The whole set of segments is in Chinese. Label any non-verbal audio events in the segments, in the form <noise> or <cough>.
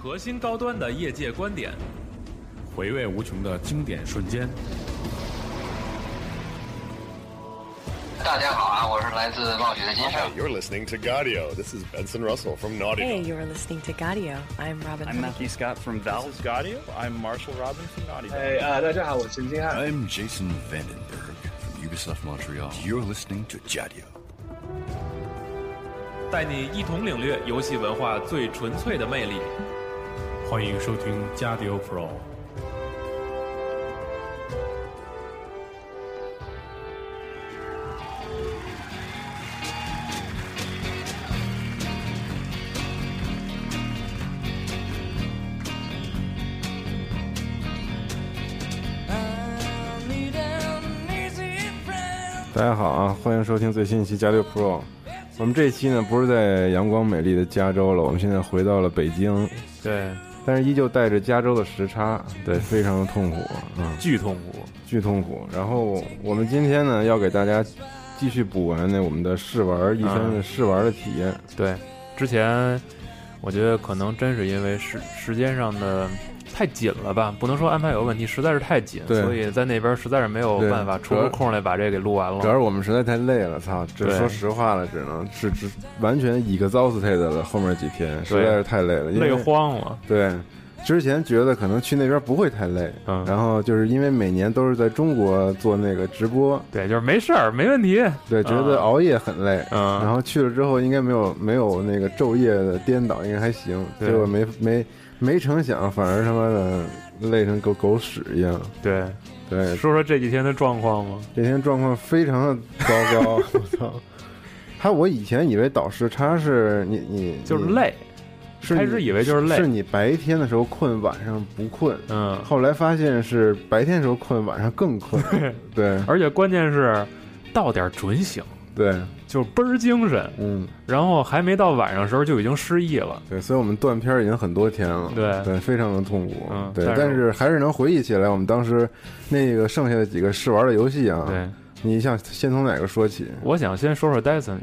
核心高端的业界观点，回味无穷的经典瞬间。大家好啊，我是来自暴雪的金盛。 You're listening to Gaudio. This is Benson Russell from Naughty. Hey, you're listening to Gaudio. I'm Robin. I'm Matthew Scott from Valve. This is Gaudio. I'm Marshall Robin from Naughty Dog. 哎啊，大家好，我是陈金汉。 I'm Jason Vandenberg from Ubisoft Montreal. You're listening to Gaudio. 带你一同领略游戏文化最纯粹的魅力。欢迎收听加迪欧 Pro。大家好啊，欢迎收听最新一期加六 Pro。我们这一期呢，不是在阳光美丽的加州了，我们现在回到了北京，对，但是依旧带着加州的时差，对，非常痛苦啊、嗯，巨痛苦。巨痛苦。然后我们今天呢，要给大家继续补完呢我们的试玩一圈的试玩的体验，对，之前我觉得可能真是因为时时间上的太紧了吧，不能说安排有问题，实在是太紧，对所以在那边实在是没有对哦办法抽出空来把这给录完主要了。是我们实在太累了，操！这对说实话了，只能是只完全一个糟死 e 的了。后面几天实对在是太累了，因为累慌了，对，之前觉得可能去那边不会太累，嗯然后就是因为每年都是在中国做那个直播，对，就是没事儿，没问题，对，觉得熬夜很累，嗯然后去了之后应该没有没有那个昼夜的颠倒，应该还行，对结果没没没成想，反而他妈的累成狗狗屎一样，对，对，说说这几天的状况吗？这天状况非常的糟 <laughs> 糕，我操！他我以前以为导师他是你你就是，你累，是开你始以为就是累是你白天的时候困，晚上不困，嗯，后来发现是白天时候困，晚上更困。 <laughs> 对而且关键是到点儿准醒，对，就是倍儿精神，嗯，然后还没到晚上的时候就已经失忆了。对，所以我们断片儿已经很多天了。对对，非常的痛苦。嗯对，但是但是还是能回忆起来我们当时那个剩下的几个试玩的游戏啊。对，你想先从哪个说起？我想先说说 Destiny，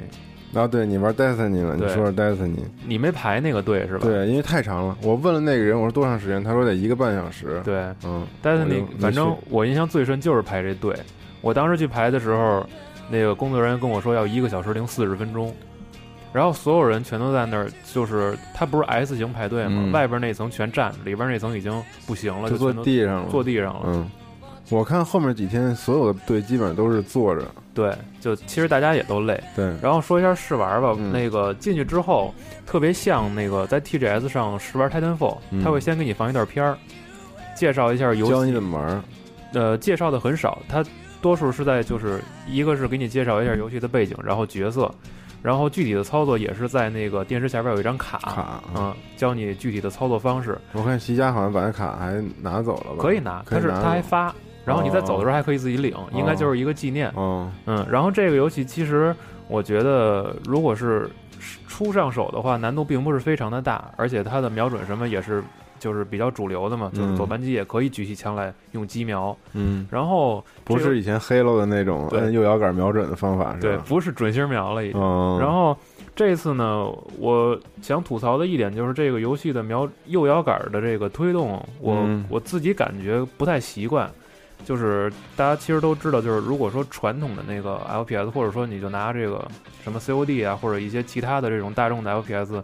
啊，对你玩 Destiny 了，你对说说 Destiny。你没排那个队是吧？对，因为太长了，我问了那个人，我说多长时间，他说得一个半小时。，对嗯，我，Destiny，就反正没去我印象最深就是排这队。我当时去排的时候，那个工作人员跟我说要一个小时零四十分钟，然后所有人全都在那儿，就是他不是 S 型排队吗？嗯外边那层全站，里边那层已经不行了，就就坐全都地上了。坐地上了。嗯，我看后面几天所有的队基本上都是坐着。对，就其实大家也都累。对，然后说一下试玩吧，嗯那个进去之后特别像那个在 TGS 上试玩 Titanfall，、嗯他会先给你放一段片儿，介绍一下游教戏，你怎么玩儿。呃，介绍的很少，他多数是在就是一个是给你介绍一下游戏的背景，然后角色，然后具体的操作也是在那个电视下边有一张卡，卡嗯嗯，教你具体的操作方式，我看西家好像把那卡还拿走了吧？可以拿，可但以是拿他还走发，然后你在走的时候还可以自己领，应该就是一个纪念，哦，嗯，然后这个游戏其实我觉得，如果是初上手的话，难度并不是非常的大，而且它的瞄准什么也是就是比较主流的嘛，就是嗯左扳机也可以举起枪来用机瞄。嗯，然后这不个是以前黑喽的那种对摁右摇杆瞄准的方法对是，吧？不是准星瞄了已经。嗯，然后这次呢，我想吐槽的一点就是这个游戏的瞄右摇杆的这个推动，我、嗯我自己感觉不太习惯。就是大家其实都知道，就是如果说传统的那个 FPS，或者说你就拿这个什么 COD 啊，或者一些其他的这种大众的 FPS，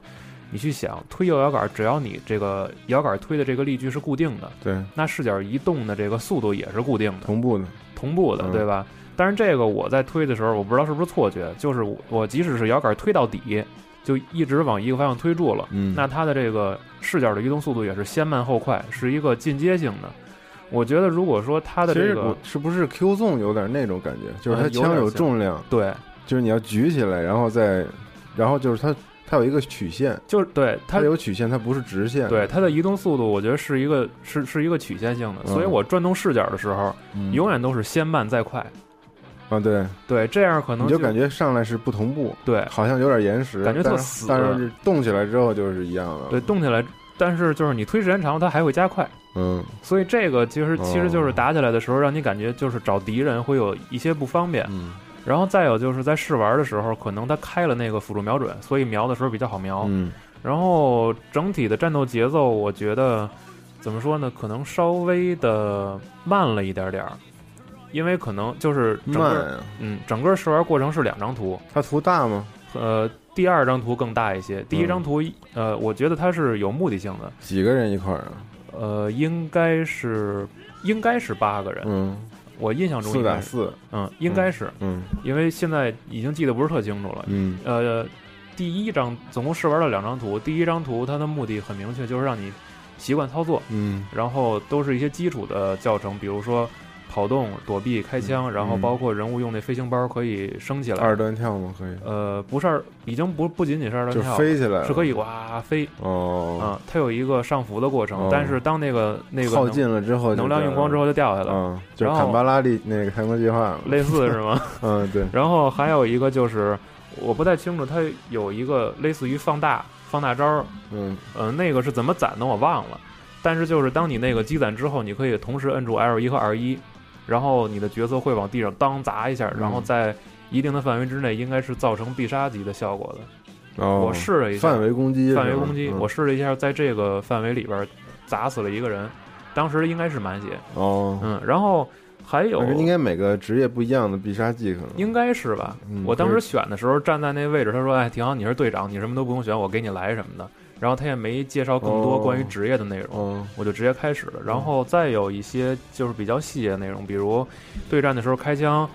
你去想推右摇杆，只要你这个摇杆推的这个力矩是固定的，对那视角移动的这个速度也是固定的。同步的，同步的，嗯对吧？但是这个我在推的时候，我不知道是不是错觉，就是我我即使是摇杆推到底，就一直往一个方向推住了，嗯，那它的这个视角的移动速度也是先慢后快，是一个进阶性的。我觉得如果说它的其这实个我是不是 Q 纵有点那种感觉，就是它嗯有点枪有重量，对，就是你要举起来，然后再，然后就是它它有一个曲线，就是对它它有曲线，它不是直线，对它的移动速度，我觉得是一个是是一个曲线性的，嗯所以我转动视角的时候，嗯，永远都是先慢再快。啊，对，对，这样可能你就感觉上来是不同步，对好像有点延时，感觉特但是死但是动起来之后就是一样了，对，动起来，但是就是你推时间长了，它还会加快。嗯，所以这个其实哦其实就是打起来的时候，让你感觉就是找敌人会有一些不方便。嗯然后再有就是在试玩的时候，可能他开了那个辅助瞄准，所以瞄的时候比较好瞄。嗯，然后整体的战斗节奏，我觉得怎么说呢？可能稍微的慢了一点点儿，因为可能就是整慢个啊，嗯，整个试玩过程是两张图，它图大吗？呃，第二张图更大一些，第一张嗯图、呃，我觉得它是有目的性的，几个人一块儿啊？呃，应该是应该是八个人，嗯，我印象中四应该打是，四，嗯，应该是，嗯因为现在已经记得不是特清楚了，嗯呃，第一张总共试玩了两张图，第一张图它的目的很明确，就是让你习惯操作，嗯然后都是一些基础的教程，比如说跑动、躲避、开枪，然后包括人物用那飞行包可以升起来，嗯二段跳吗？可以，呃，不是二，已经不不仅仅是二段就跳了，飞起来了是可以哇飞。哦，啊，它有一个上浮的过程，哦但是当那个那个耗能尽了之后就能量用光之后就掉下来了，嗯，就是然后坎巴拉利那个太空计划嘛，类似是吗？嗯，对，然后还有一个就是，我不太清楚，它有一个类似于放大放大招儿，嗯嗯、那个是怎么攒的我忘了。但是就是当你那个积攒之后，你可以同时摁住 L 一和 R 一，然后你的角色会往地上当砸一下，然后嗯在一定的范围之内，应该是造成必杀级的效果的。哦，我试了一下范围攻击是吗，范围攻击，嗯我试了一下，在这个范围里边儿砸死了一个人，当时应该是满血，哦，嗯，然后还有那是应该每个职业不一样的必杀技可能，应该是吧？嗯我当时选的时候站在那位置，他说：“哎，挺好，你是队长，你什么都不用选，我给你来什么的。”然后他也没介绍更多哦关于职业的内容，哦，我就直接开始了。然后再有一些就是比较细节的内容，比如对战的时候开枪，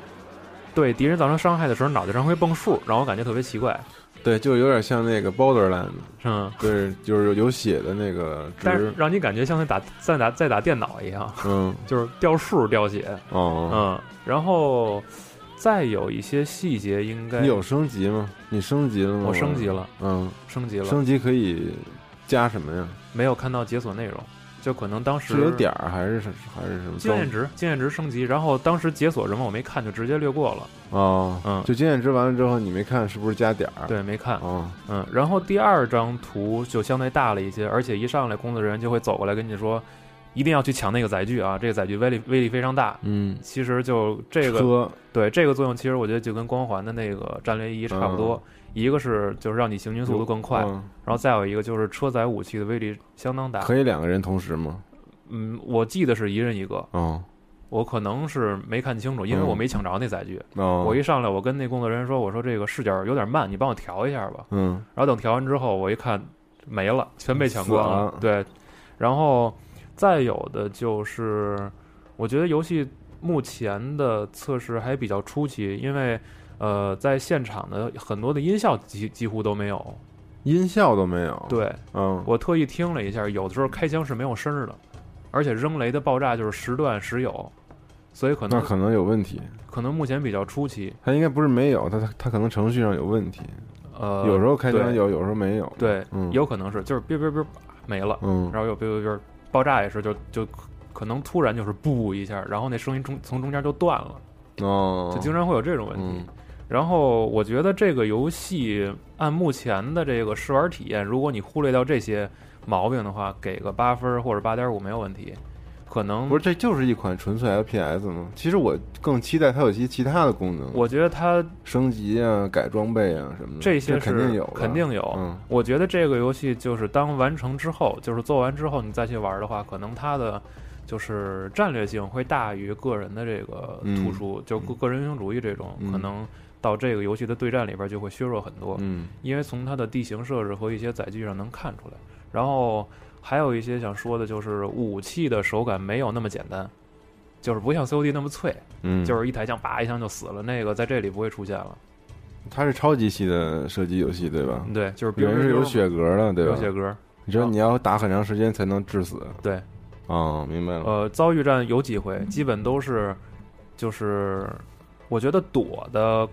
对敌人造成伤害的时候，脑袋上会蹦数，让我感觉特别奇怪。对，就有点像那个 Borderland，嗯，对，就是有血的那个但是值，让你感觉像在打在打在打电脑一样， <laughs> 嗯，就是掉数掉血。哦，嗯，然后再有一些细节应该你有升级吗？你升级了吗？我升级了，嗯，升级了，升级可以加什么呀？没有看到解锁内容，就可能当时是有点儿还是什还是什么？经验值，经验值升级，然后当时解锁什么我没看，就直接略过了，哦，嗯就经验值完了之后，你没看是不是加点儿？，对，没看，哦，嗯，然后第二张图就相对大了一些，而且一上来工作人员就会走过来跟你说，一定要去抢那个载具啊，这个载具威力威力非常大。嗯，其实就这个车，对这个作用，其实我觉得就跟光环的那个战略意义差不啊多，一个是就是让你行军速度更快，嗯然后再有一个就是车载武器的威力相当大。可以两个人同时吗？嗯，我记得是一人一个，哦，我可能是没看清楚，因为嗯我没抢着那载具。哦，我一上来，我跟那工作人员说：“我说这个视角有点慢，你帮我调一下吧。嗯”然后等调完之后，我一看没了，全被抢光死了了。对，然后再有的就是，我觉得游戏目前的测试还比较初期，因为呃，在现场的很多的音效几几乎都没有。嗯音效都没有，，对嗯，我特意听了一下，有的时候开枪是没有声儿的，而且扔雷的爆炸就是时断时有，所以可那能可能有问题，可能目前比较初期。他应该不是没有，他他他可能程序上有问题，呃，有时候开枪对有，有时候没有，对，嗯有可能是就是哔哔哔没了，嗯然后又哔哔哔爆炸也是，就就可可能突然就是嘣一下，然后那声音中从中间就断了，哦，就经常会有这种问题。嗯然后我觉得这个游戏按目前的这个试玩体验，如果你忽略掉这些毛病的话，给个八分或者八点五没有问题。可能不是，这就是一款纯粹 FPS 吗？其实我更期待它有一些其他的功能，我觉得它升级啊、改装备啊什么的，这些是肯定有的，肯定有嗯，我觉得这个游戏就是当完成之后，就是做完之后你再去玩的话，可能它的就是战略性会大于个人的这个嗯突出，就个个人英雄主义这种，嗯可能到这个游戏的对战里边就会削弱很多，嗯因为从它的地形设置和一些载具上能看出来。然后还有一些想说的就是武器的手感没有那么简单，就是不像 COD 那么脆，嗯，就是一抬枪叭一枪就死了，那个在这里不会出现了。它是超级系的射击游戏，对吧？对，就是嗯比如人是嗯有血格的，对吧有？血格。啊你知道你要打很长时间才能致死。对，哦，明白了。呃，遭遇战有几回，基本都是，就是我觉得躲的，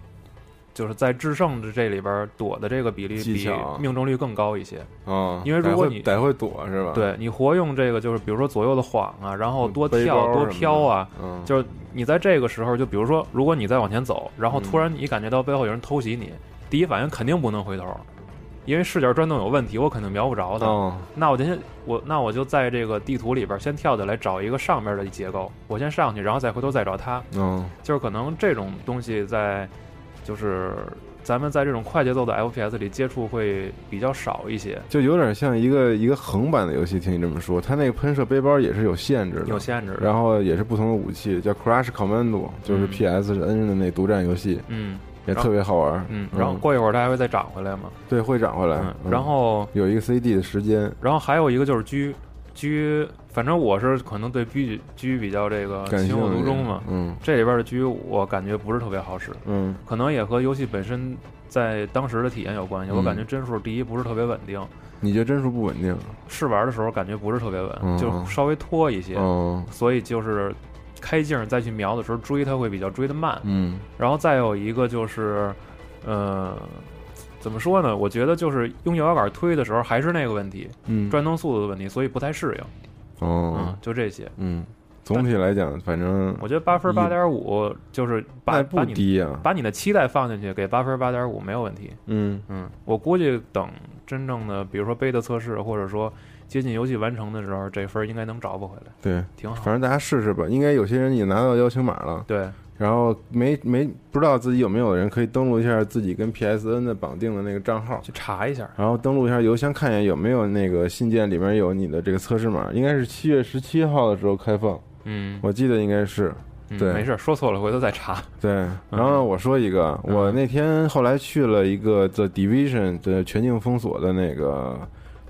就是在制胜的这里边儿躲的这个比例技比巧啊命中率更高一些。哦，呃因为如果你得会躲是吧？，嗯对你活用这个，就是比如说左右的晃啊，然后多背包跳、多什么的飘啊，嗯，就是你在这个时候，就比如说，如果你再往前走，然后突嗯然你感觉到背后有人偷袭你，第一反应肯定不能回头，因为视角转动有问题，我肯定瞄不着他。哦，那我就先我那我就在这个地图里边儿先跳下来找一个上面的结构，我先上去，然后再回头再找它。嗯，就是可能这种东西在就是咱们在这种快节奏的 FPS 里接触会比较少一些，就有点像一个一个横版的游戏。听你这么说，它那个喷射背包也是有限制的，有限制的。然后也是不同的武器，叫 Crash Commando，就是嗯 PS 是 N 的那独占游戏，嗯也特别好玩。嗯，然后过一会儿它还会再涨回来嘛。对会涨回来嗯，，嗯然后有一个 CD 的时间，然后还有一个就是狙狙，反正我是可能对狙狙比较这个感谢啊情有独钟嘛。嗯这里边的狙我感觉不是特别好使，嗯可能也和游戏本身在当时的体验有关系。我嗯感觉帧数第一不是特别稳定，你觉得帧数不稳定？试玩的时候感觉不是特别稳，嗯就稍微拖一些，嗯所以就是开镜再去瞄的时候追它会比较追的慢。嗯然后再有一个就是，呃，怎么说呢？我觉得就是用摇杆推的时候还是那个问题，嗯，转动速度的问题，所以不太适应。哦嗯，就这些。嗯，总体来讲，反正我觉得八分八点五就是把那把不你低啊。把你的期待放进去，给八分八点五没有问题。嗯嗯，我估计等真正的比如说 beta 测试，或者说接近游戏完成的时候，这分儿应该能找补回来，对，挺好反。正大家试试吧。应该有些人也拿到邀请码了，对，然后没没不知道自己有没有人可以登录一下自己跟 PSN 的绑定的那个账号，去查一下。然后登录一下邮箱，看一眼有没有那个信件里面有你的这个测试码，应该是七月十七号的时候开放，嗯，我记得应该是嗯对没事，说错了回头再查。对。然后呢我说一个，嗯我那天后来去了一个 The Division 的全境封锁的那个，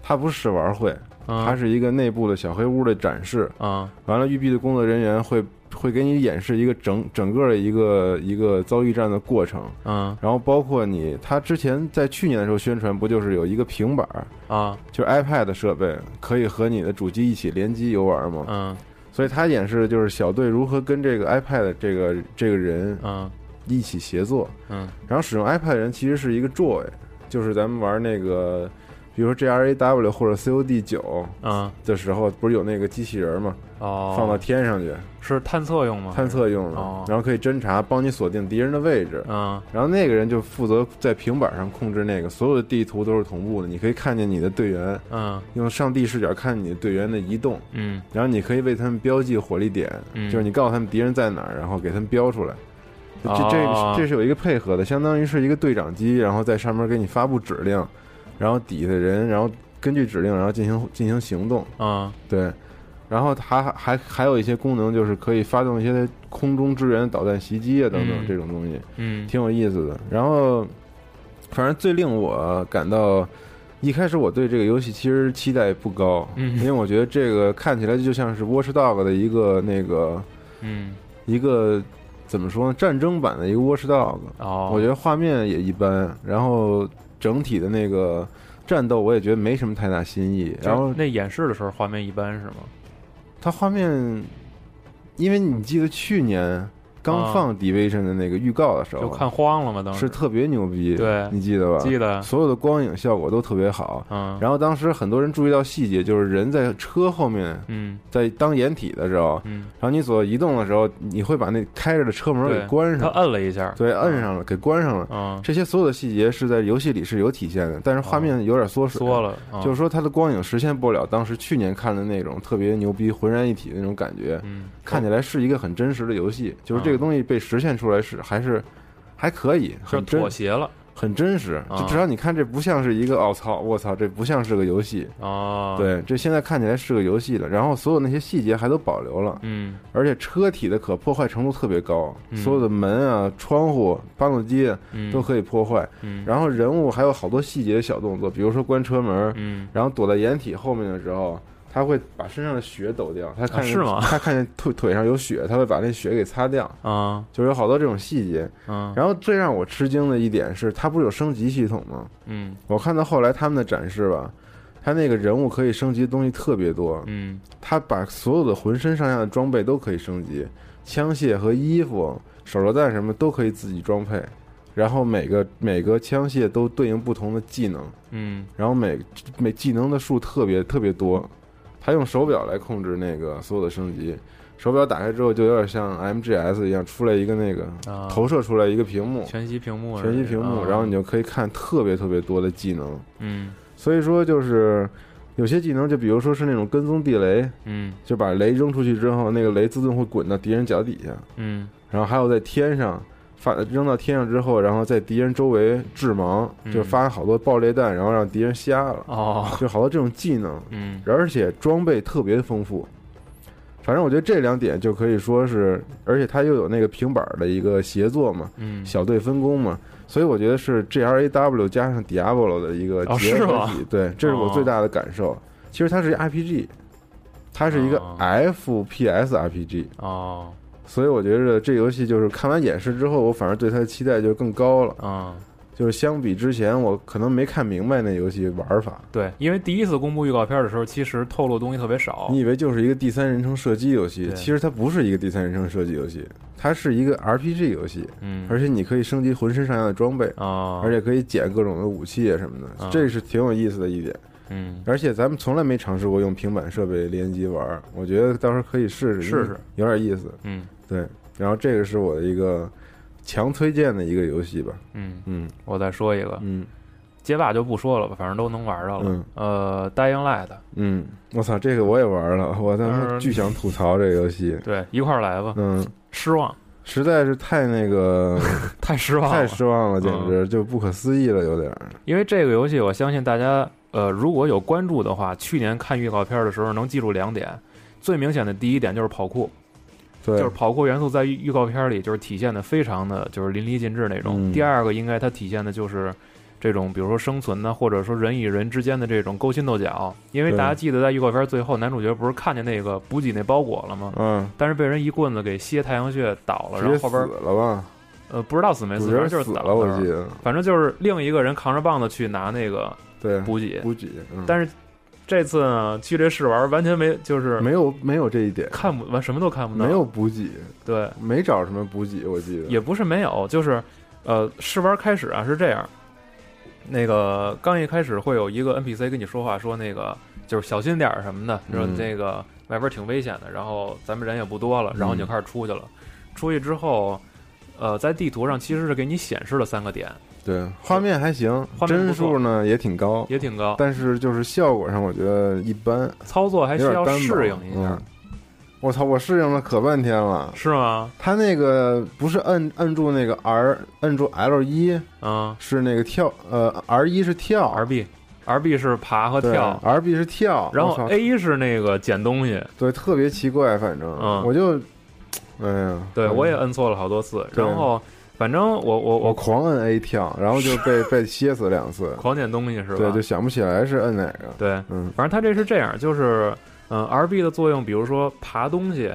它不是试玩会，嗯，它是一个内部的小黑屋的展示。嗯完了，育碧的工作人员会会给你演示一个整整个的一个一个遭遇战的过程。嗯然后包括你，他之前在去年的时候宣传，不就是有一个平板儿，啊就是 iPad 的设备可以和你的主机一起联机游玩嘛？嗯所以他演示的就是小队如何跟这个 iPad 的这个这个人嗯一起协作。嗯然后使用 iPad 的人其实是一个 Joy，就是咱们玩那个，比如说 GRAW 或者 COD 九嗯的时候，不是有那个机器人嘛，哦，放到天上去是探测用吗？探测用哦的，然后可以侦查，帮你锁定敌人的位置。嗯然后那个人就负责在平板上控制那个，所有的地图都是同步的，你可以看见你的队员，嗯用上帝视角看你队员的移动，嗯然后你可以为他们标记火力点，嗯就是你告诉他们敌人在哪儿，然后给他们标出来。这这哦这这是有一个配合的，相当于是一个队长机，然后在上面给你发布指令，然后底下的人，然后根据指令，然后进行进行行动。嗯对，然后它还还还有一些功能，就是可以发动一些空中支援的导弹袭击啊等嗯等这种东西，嗯挺有意思的。然后，反正最令我感到，一开始我对这个游戏其实期待不高，嗯因为我觉得这个看起来就像是 Watch Dog 的一个那个嗯一个怎么说呢，战争版的一个 Watch Dog，哦，我觉得画面也一般，然后整体的那个战斗我也觉得没什么太大新意，就是然后那演示的时候画面一般是吗？它画面，因为你记得去年刚放 Division 的那个预告的时候，嗯就看慌了嘛，当时哦是特别牛逼，对你记得吧？记得，所有的光影效果都特别好。嗯，然后当时很多人注意到细节，就是人在车后面，嗯在当掩体的时候，嗯，然后你左右移动的时候，你会把那开着的车门对给关他上，摁了一下，对，摁上了，给关上了。嗯，这些所有的细节是在游戏里是有体现的，但是画面有点缩水，缩了，嗯就是说它的光影实现不了当时去年看的那种特别牛逼、浑然一体的那种感觉。嗯，啊看起来是一个很真实的游戏，就是这个东西被实现出来是还是还可以，就很真妥协了很真实。啊就至少你看这不像是一个哦操我操，这不像是个游戏。哦，，对，这现在看起来是个游戏了，然后所有那些细节还都保留了，嗯而且车体的可破坏程度特别高，嗯所有的门啊、窗户、发动机嗯，都可以破坏。嗯，然后人物还有好多细节的小动作，比如说关车门，嗯然后躲在掩体后面的时候，他会把身上的血抖掉。他看见、啊是吗 <laughs> 他看见腿腿上有血，他会把那血给擦掉，啊就是有好多这种细节。嗯然后最让我吃惊的一点是，他不是有升级系统吗？嗯我看到后来他们的展示吧，他那个人物可以升级的东西特别多，嗯他把所有的浑身上下的装备都可以升级，枪械和衣服、手榴弹什么都可以自己装配。然后每个每个枪械都对应不同的技能，嗯然后每每技能的数特别特别多，他用手表来控制那个所有的升级。手表打开之后，就有点像 MGS 一样，出来一个那个啊，投射出来一个屏幕，全息屏幕是吧，全息屏幕，啊然后你就可以看特别特别多的技能。嗯所以说，就是有些技能，就比如说是那种跟踪地雷，嗯就把雷扔出去之后，那个雷自动会滚到敌人脚底下，嗯然后还有在天上。发扔到天上之后，然后在敌人周围致盲，就嗯发好多爆裂弹，然后让敌人瞎了，哦，就好多这种技能。嗯而且装备特别丰富。反正我觉得这两点就可以说是，而且它又有那个平板儿的一个协作嘛，嗯，小队分工嘛，所以我觉得是 G R A W 加上 Diablo 的一个哦结是合吗哦体，对，这是我最大的感受。其实它是 R P G，它是一个哦 F P S R P G，哦，所以我觉得这游戏就是看完演示之后，我反而对它的期待就更高了。嗯，就是相比之前，我可能没看明白那游戏玩法，对，因为第一次公布预告片的时候，其实透露东西特别少你。以为就是一个第三人称射击游戏哦对，其实它不是一个第三人称射击游戏，它是一个 RPG 游戏，嗯，而且你可以升级浑身上下的装备，啊，而且可以捡各种的武器啊什么啊的，这是挺有意思的一点。嗯，而且咱们从来没尝试过用平板设备联机玩儿，我觉得到时候可以试试，试试，有点意思。嗯对，然后这个是我的一个强推荐的一个游戏吧，嗯，嗯我再说一个，嗯街霸就不说了吧，反正都能玩到了。嗯呃，Dying Light，嗯，我操，这个我也玩了，我他嗯妈巨想吐槽这个游戏， <laughs> 对，一块儿来吧。嗯，失望，实在是太那 <laughs> 个。太失望太了，嗯失望了，简直就不可思议了，有点儿。因为这个游戏，我相信大家呃，如果有关注的话，去年看预告片的时候能记住两点。最明显的第一点就是跑酷，对，就是跑酷元素在预预告片里就是体现的非常的就是淋漓尽致那种。嗯第二个应该它体现的就是这种，比如说生存呢，或者说人与人之间的这种勾心斗角。因为对大家记得在预告片最后，男主角不是看见那个补给那包裹了吗？嗯，但是被人一棍子给歇太阳穴倒了，直然后接后死边了吧？呃不知道死没主死，反角正就是死倒了，我记得。反正就是另一个人扛着棒子去拿那个对，补给，补给，嗯但是这次呢，去这试玩完全没，就是没有没有这一点，看不完，什么都看不到，没有补给，对，没找什么补给，我记得。也不是没有，就是呃，试玩开始啊是这样，那个刚一开始会有一个 NPC 跟你说话，说那个就是小心点儿什么的，嗯说那个外边挺危险的，然后咱们人也不多了，然后你就开始出去了，嗯出去之后。呃，在地图上其实是给你显示了三个点，对，画面还行，画面帧不错数呢也挺高，也挺高，但是就是效果上我觉得一般，操作还有需点要单薄。适应一下，嗯我操！我适应了可半天了。是吗？他那个不是摁摁住那个 R，摁住 L 一嗯是那个跳，呃，R 一是跳，R B R B 是爬和对跳， ，R B 是跳，然我操后哎 A 是那个捡东西，对，特别奇怪，反正、嗯我就，哎呀，对嗯我也摁错了好多次。对然后反正我我我我狂摁 A 跳，然后就 <laughs> 被被歇死两次，狂捡东西是吧？对，就想不起来是摁哪个，对嗯反正它这是这样，就是嗯、r B 的作用，比如说爬东西，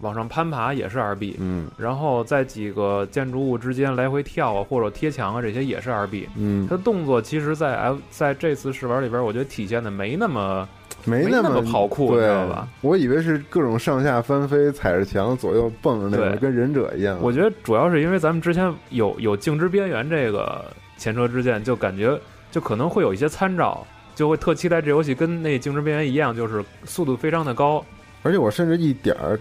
往上攀爬也是 R B，嗯然后在几个建筑物之间来回跳啊，或者贴墙啊，这些也是 R B。嗯它，动作其实在 F 在这次试玩里边，我觉得体现的没那么没那没那么跑酷对你知道吧？我以为是各种上下翻飞、踩着墙左右蹦着那对种，跟忍者一样。我觉得主要是因为咱们之前有有竞之边缘这个前车之鉴，就感觉就可能会有一些参照，就会特期待这游戏跟那竞之边缘一样，就是速度非常的高。而且我甚至一点儿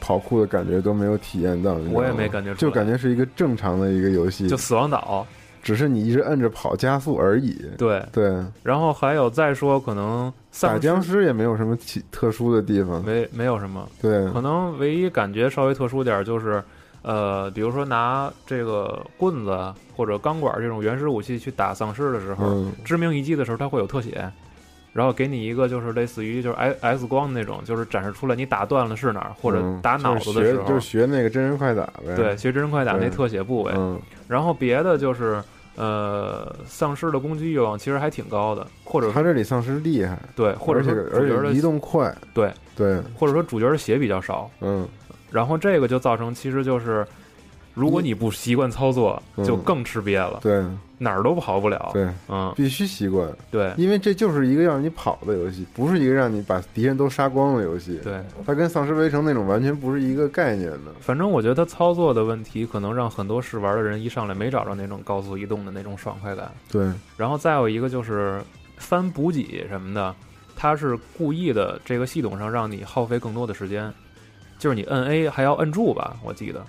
跑酷的感觉都没有体验到，你知道吗我也没感觉出就来感觉是一个正常的一个游戏就，死亡岛，只是你一直摁着跑加速而已。对，对，然后还有再说可能丧打尸僵尸也没有什么奇特殊的地方。没没有什么，对，可能唯一感觉稍微特殊点儿就是，呃，比如说拿这个棍子或者钢管这种原始武器去打丧尸的时候，嗯，致命一击的时候，它会有特写，然后给你一个就是类似于就是 X X 光的那种，就是展示出来你打断了是哪儿，或者嗯打脑子就的时是学就是候，学那个真人快打呗。对，，学真人快打那对特写部位。嗯，然后别的就是呃，丧尸的攻击欲望其实还挺高的，或者他这里丧尸厉害，对，或者而且说主角而且移的，动快，对对，或者说主角的血比较少，嗯，然后这个就造成其实就是。如果你不习惯操作，嗯就更吃瘪了，对哪儿都跑不了。对，嗯，必须习惯，对，因为这就是一个让你跑的游戏，不是一个让你把敌人都杀光的游戏。，对，它跟丧尸围城那种完全不是一个概念的。反正我觉得它操作的问题，可能让很多试玩的人一上来没找着那种高速移动的那种爽快感。对，然后再有一个就是翻补给什么的，它是故意的，这个系统上让你耗费更多的时间。就是你摁 A 还要摁住吧，我记得，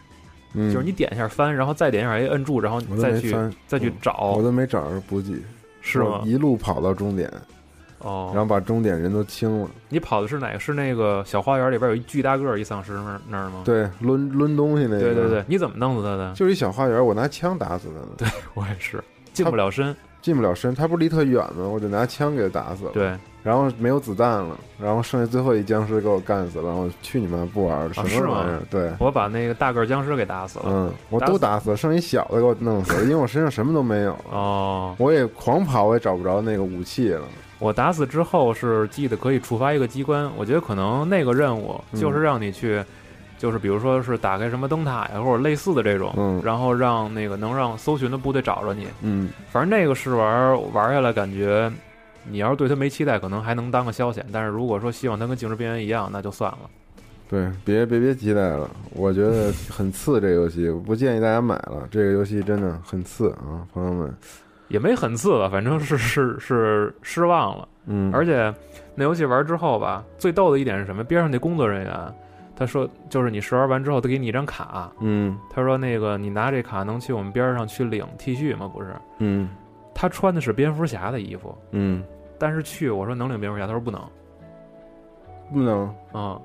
嗯，就是你点一下翻，然后再点一下 A 摁住，然后我都再没去翻嗯再去我找，都没找着补给，是我吗？一路跑到终点，哦，然后把终点人都清了。你跑的是哪个？是那个小花园里边有一巨大个儿一丧尸那儿那儿吗？对，抡把东西那个，对对对，你怎么弄死他 <laughs> 的？就是一小花园，我拿枪打死他的，对，我也是近不 <laughs> 了身，进不了身，他不是离特远吗？我就拿枪给他打死了，，对，然后没有子弹了，然后剩下最后一僵尸给我干死了，我去你妈不玩了，什啊是么吗玩意儿？对，我把那个大个儿僵尸给打死了。嗯，我都打死啊了，剩一小的给我弄死了，因为我身上什么都没有，哦，我也狂跑，我也找不着那个武器了，我打死之后是记得可以触发一个机关，我觉得可能那个任务嗯就是让你去，就是比如说是打开什么灯塔呀，或者类似的这种，嗯然后让那个能让搜寻的部队找着你。嗯，反正那个试玩儿玩下来，感觉你要是对它没期待，可能还能当个消遣；但是如果说希望它跟《静止边缘》一样，那就算了。对，别别别期待了，我觉得很次这个游戏，我不建议大家买了，这个游戏真的很次啊，朋友们，也没很次吧，反正是是是失望了。嗯，而且那游戏玩之后吧，最逗的一点是什么？边上那工作人员，他说就是你试玩完之后，他给你一张卡，嗯他说那个你拿这卡能去我们边上去领 T 恤吗？不是，嗯他穿的是蝙蝠侠的衣服，嗯，但是去我说能领蝙蝠侠，他说不能。不能。嗯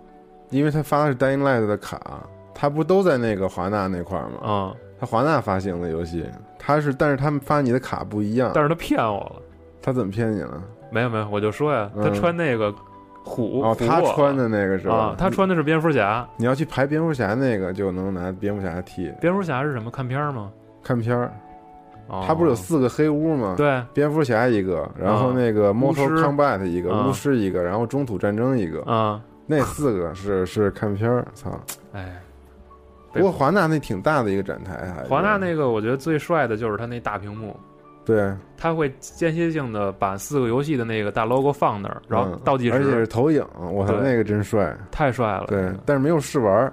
因为他发的是 Dying Light 的卡，他不都在那个华纳那块儿吗？嗯，他华纳发行的游戏，他是，但是他们发你的卡不一样，但是他骗我了。他怎么骗你了？没有没有，我就说呀，嗯他穿那个虎，哦，虎他我穿的那个是吧？啊，他穿的是蝙蝠侠。你要去排蝙蝠侠那个就能拿蝙蝠侠 T 蝙蝠侠是什么？看片儿吗？看片儿，哦、他不是有四个黑屋吗？。对蝙蝠侠一个，然后那个哦啊巫 Mortal 师 Kombat 一个，嗯巫师一个，然后中土战争一个，嗯，那四个是是看片儿。操！哎，不过华纳那挺大的一个展台，还是华纳那个我觉得最帅的就是他那大屏幕，对他会间歇性的把四个游戏的那个大 logo 放那儿，然后嗯倒计而且时，是投影，我操，对那个真帅。太帅了。对，但是没有试玩儿。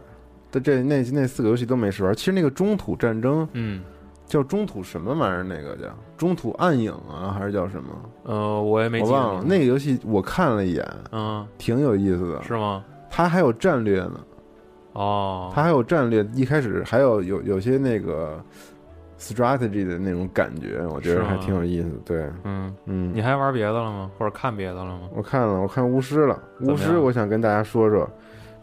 这这那那四个游戏都没试玩儿。其实那个中土战争嗯，叫中土什么玩意儿？那个叫中土暗影啊，还是叫什么？呃，我也没我记忘了。住那个游戏我看了一眼，嗯，挺有意思的。是吗？它还有战略呢，哦，它还有战略。一开始还有有有些那个 strategy 的那种感觉，我觉是得吗还挺有意思。对，嗯，嗯，你还玩别的了吗？或者看别的了吗？我看了，我看巫师了。怎么巫样师，我想跟大家说说，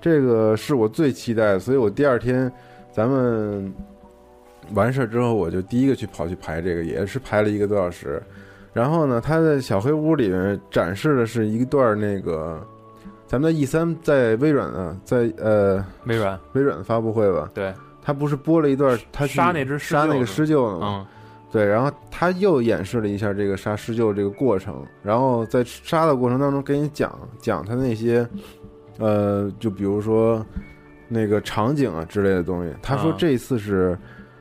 这个是我最期待的，所以我第二天咱们完事儿之后，我就第一个去跑去排这个，也是排了一个多小时。然后呢，他在小黑屋里面展示的是一段那个，咱们在 E 三在微软的，在呃微软微软的发布会吧，对，他不是播了一段他去杀那只狮鹫杀那个狮是鹫了吗？嗯对，然后他又演示了一下这个杀狮鹫这个过程，然后在杀的过程当中给你讲讲他那些，呃，就比如说那个场景啊之类的东西。他说啊这次是、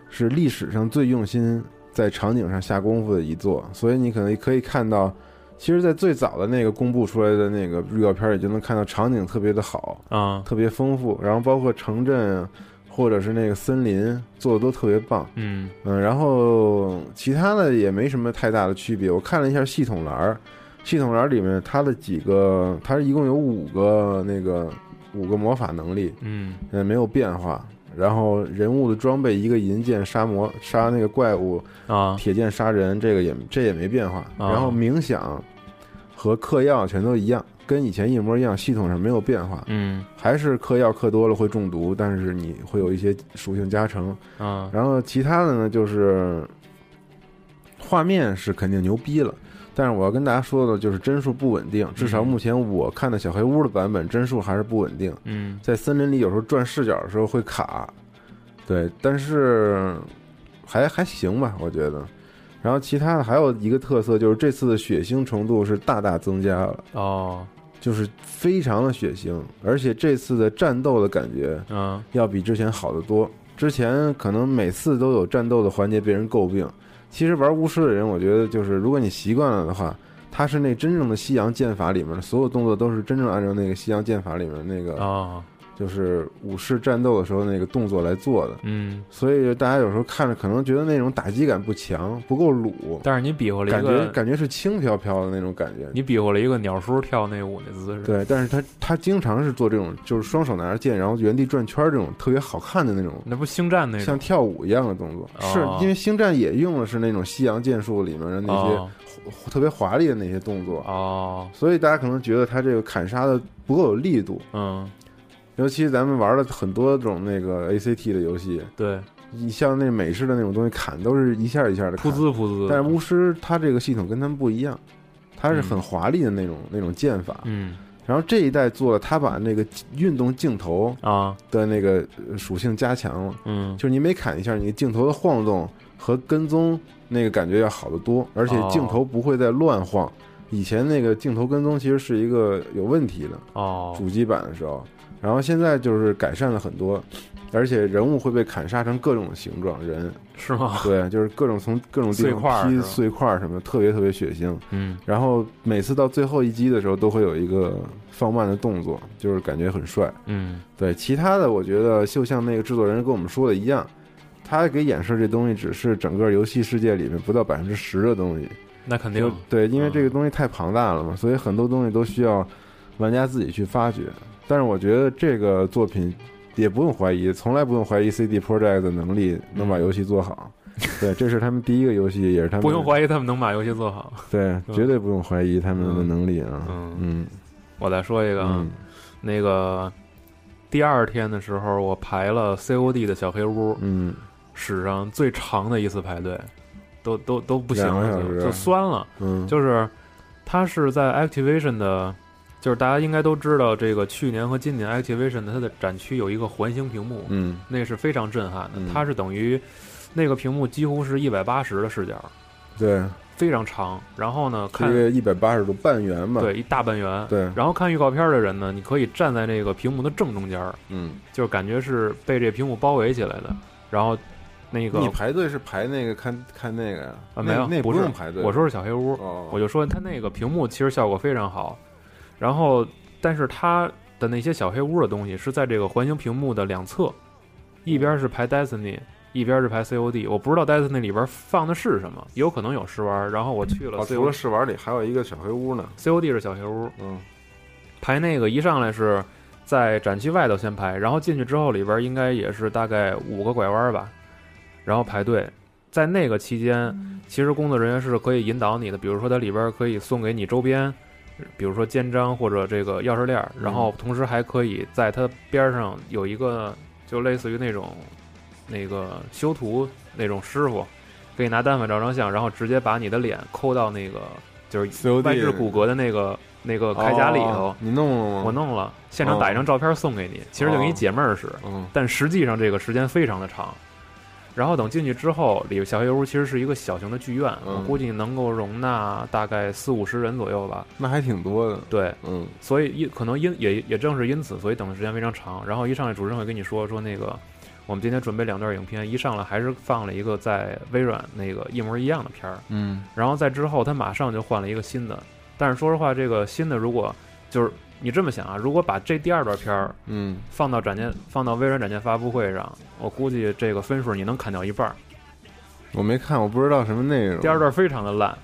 是历史上最用心在场景上下功夫的一座，所以你可能可以看到，其实，在最早的那个公布出来的那个预告片里就能看到场景特别的好，嗯特别丰富，然后包括城镇啊，或者是那个森林做的都特别棒。嗯嗯，然后其他的也没什么太大的区别。我看了一下系统栏儿，系统栏儿里面它的几个，它一共有五个那个五个魔法能力，嗯嗯，没有变化。然后人物的装备，一个银剑杀魔杀那个怪物，啊铁剑杀人，这个也这也没变化。然后啊冥想和嗑药全都一样，跟以前一模一样，系统上没有变化。嗯还是嗑药嗑多了会中毒，但是你会有一些属性加成。嗯然后其他的呢，就是画面是肯定牛逼了，但是我要跟大家说的就是帧数不稳定，至少目前我看的小黑屋的版本帧数还是不稳定，嗯在森林里有时候转视角的时候会卡，对，但是还还行吧，我觉得。然后其他的还有一个特色就是这次的血腥程度是大大增加了，哦就是非常的血腥，而且这次的战斗的感觉嗯要比之前好得多。之前可能每次都有战斗的环节被人诟病，其实玩巫师的人，我觉得就是如果你习惯了的话，他是那真正的西洋剑法里面的所有动作都是真正按照那个西洋剑法里面那个，哦就是武士战斗的时候那个动作来做的。嗯，所以大家有时候看着可能觉得那种打击感不强，不够鲁，但是你比划了感一觉个，感觉是轻飘飘的那种感觉。你比划了一个鸟叔跳那舞那姿势，对，但是他他经常是做这种，就是双手拿着剑，然后原地转圈儿这种特别好看的那种，那不星战那种像跳舞一样的动作。是哦因为星战也用的是那种西洋剑术里面的那些哦华特别华丽的那些动作，哦，所以大家可能觉得他这个砍杀的不够有力度。嗯，尤其咱们玩了很多种那个 ACT 的游戏，对，你像那美式的那种东西砍，都是一下一下的噗砍。呲噗呲，但是巫师他这个系统跟他们不一样，他是很华丽的那种、那种剑法。嗯然后这一代做了，他把那个运动镜头啊的那个呃属性加强了，嗯就是你每砍一下，你镜头的晃动和跟踪那个感觉要好得多，而且哦镜头不会再乱晃。以前那个镜头跟踪其实是一个有问题的，哦主机版的时候，然后现在就是改善了很多，而且人物会被砍杀成各种形状，人是吗？对，就是各种从各种地碎块方儿劈是吧碎块儿什么的，特别特别血腥。嗯然后每次到最后一击的时候，都会有一个放慢的动作，就是感觉很帅。嗯对，其他的我觉得就像那个制作人跟我们说的一样，他给演示这东西只是整个游戏世界里面不到百分之十的东西。那肯定就对，因为嗯这个东西太庞大了嘛，所以很多东西都需要玩家自己去发掘。但是我觉得这个作品也不用怀疑，从来不用怀疑 CD Projekt 的能力能把游戏做好。对，这是他们第一个游戏，也是他们嗯不用怀疑他们能把游戏做好。对，嗯绝对不用怀疑他们的能力啊。嗯，嗯我再说一个啊，嗯那个第二天的时候，我排了 COD 的小黑屋，嗯史上最长的一次排队，都都都不行两个了，小时就就酸了。嗯，就是它是在 Activation 的，就是大家应该都知道，这个去年和今年 Activation 的它的展区有一个环形屏幕，嗯那是非常震撼的嗯。它是等于那个屏幕几乎是一百八十的视角，对，非常长。然后呢，是一看个一百八十度半圆吧。对一大半圆。对，然后看预告片的人呢，你可以站在那个屏幕的正中间儿，嗯，就是感觉是被这屏幕包围起来的。然后那个你排队是排那个看看那个呀那啊没有那不不是用排队。我说是小黑屋，哦，我就说它那个屏幕其实效果非常好，然后但是它的那些小黑屋的东西是在这个环形屏幕的两侧，一嗯边是排 Destiny，一边是排 COD。我不知道 Destiny 里边放的是什么，有可能有试玩。然后我去了哦，除了 COD，COD、试玩里还有一个小黑屋呢。 COD 是小黑屋，嗯，排那个一上来是在展区外头先排，然后进去之后里边应该也是大概五个拐弯吧，然后排队。在那个期间，其实工作人员是可以引导你的，比如说它里边可以送给你周边，比如说肩章或者这个钥匙链儿，然后同时还可以在它边上有一个就类似于那种那个修图那种师傅，给你拿单反照张相，然后直接把你的脸抠到那个就是 COD 外置骨骼的那个那个铠呃甲里头，哦你弄了吗？我。弄了，现场打一张照片送给你，其实就给你解闷儿使。嗯但实际上这个时间非常的长。然后等进去之后，里小黑屋其实是一个小型的剧院，嗯我估计能够容纳大概四五十人左右吧。，那还挺多的。对，嗯所以因可能因也也正是因此，所以等的时间非常长。然后一上来主持人会跟你说说那个，我们今天准备两段影片，一上来还是放了一个在微软那个一模一样的片儿，嗯然后在之后他马上就换了一个新的。但是说实话，这个新的如果就是你这么想啊，如果把这第二段片儿嗯，放到展件放到微软展件发布会上，我估计这个分数你能砍掉一半儿。我没看，我不知道什么内容。第二段非常的烂，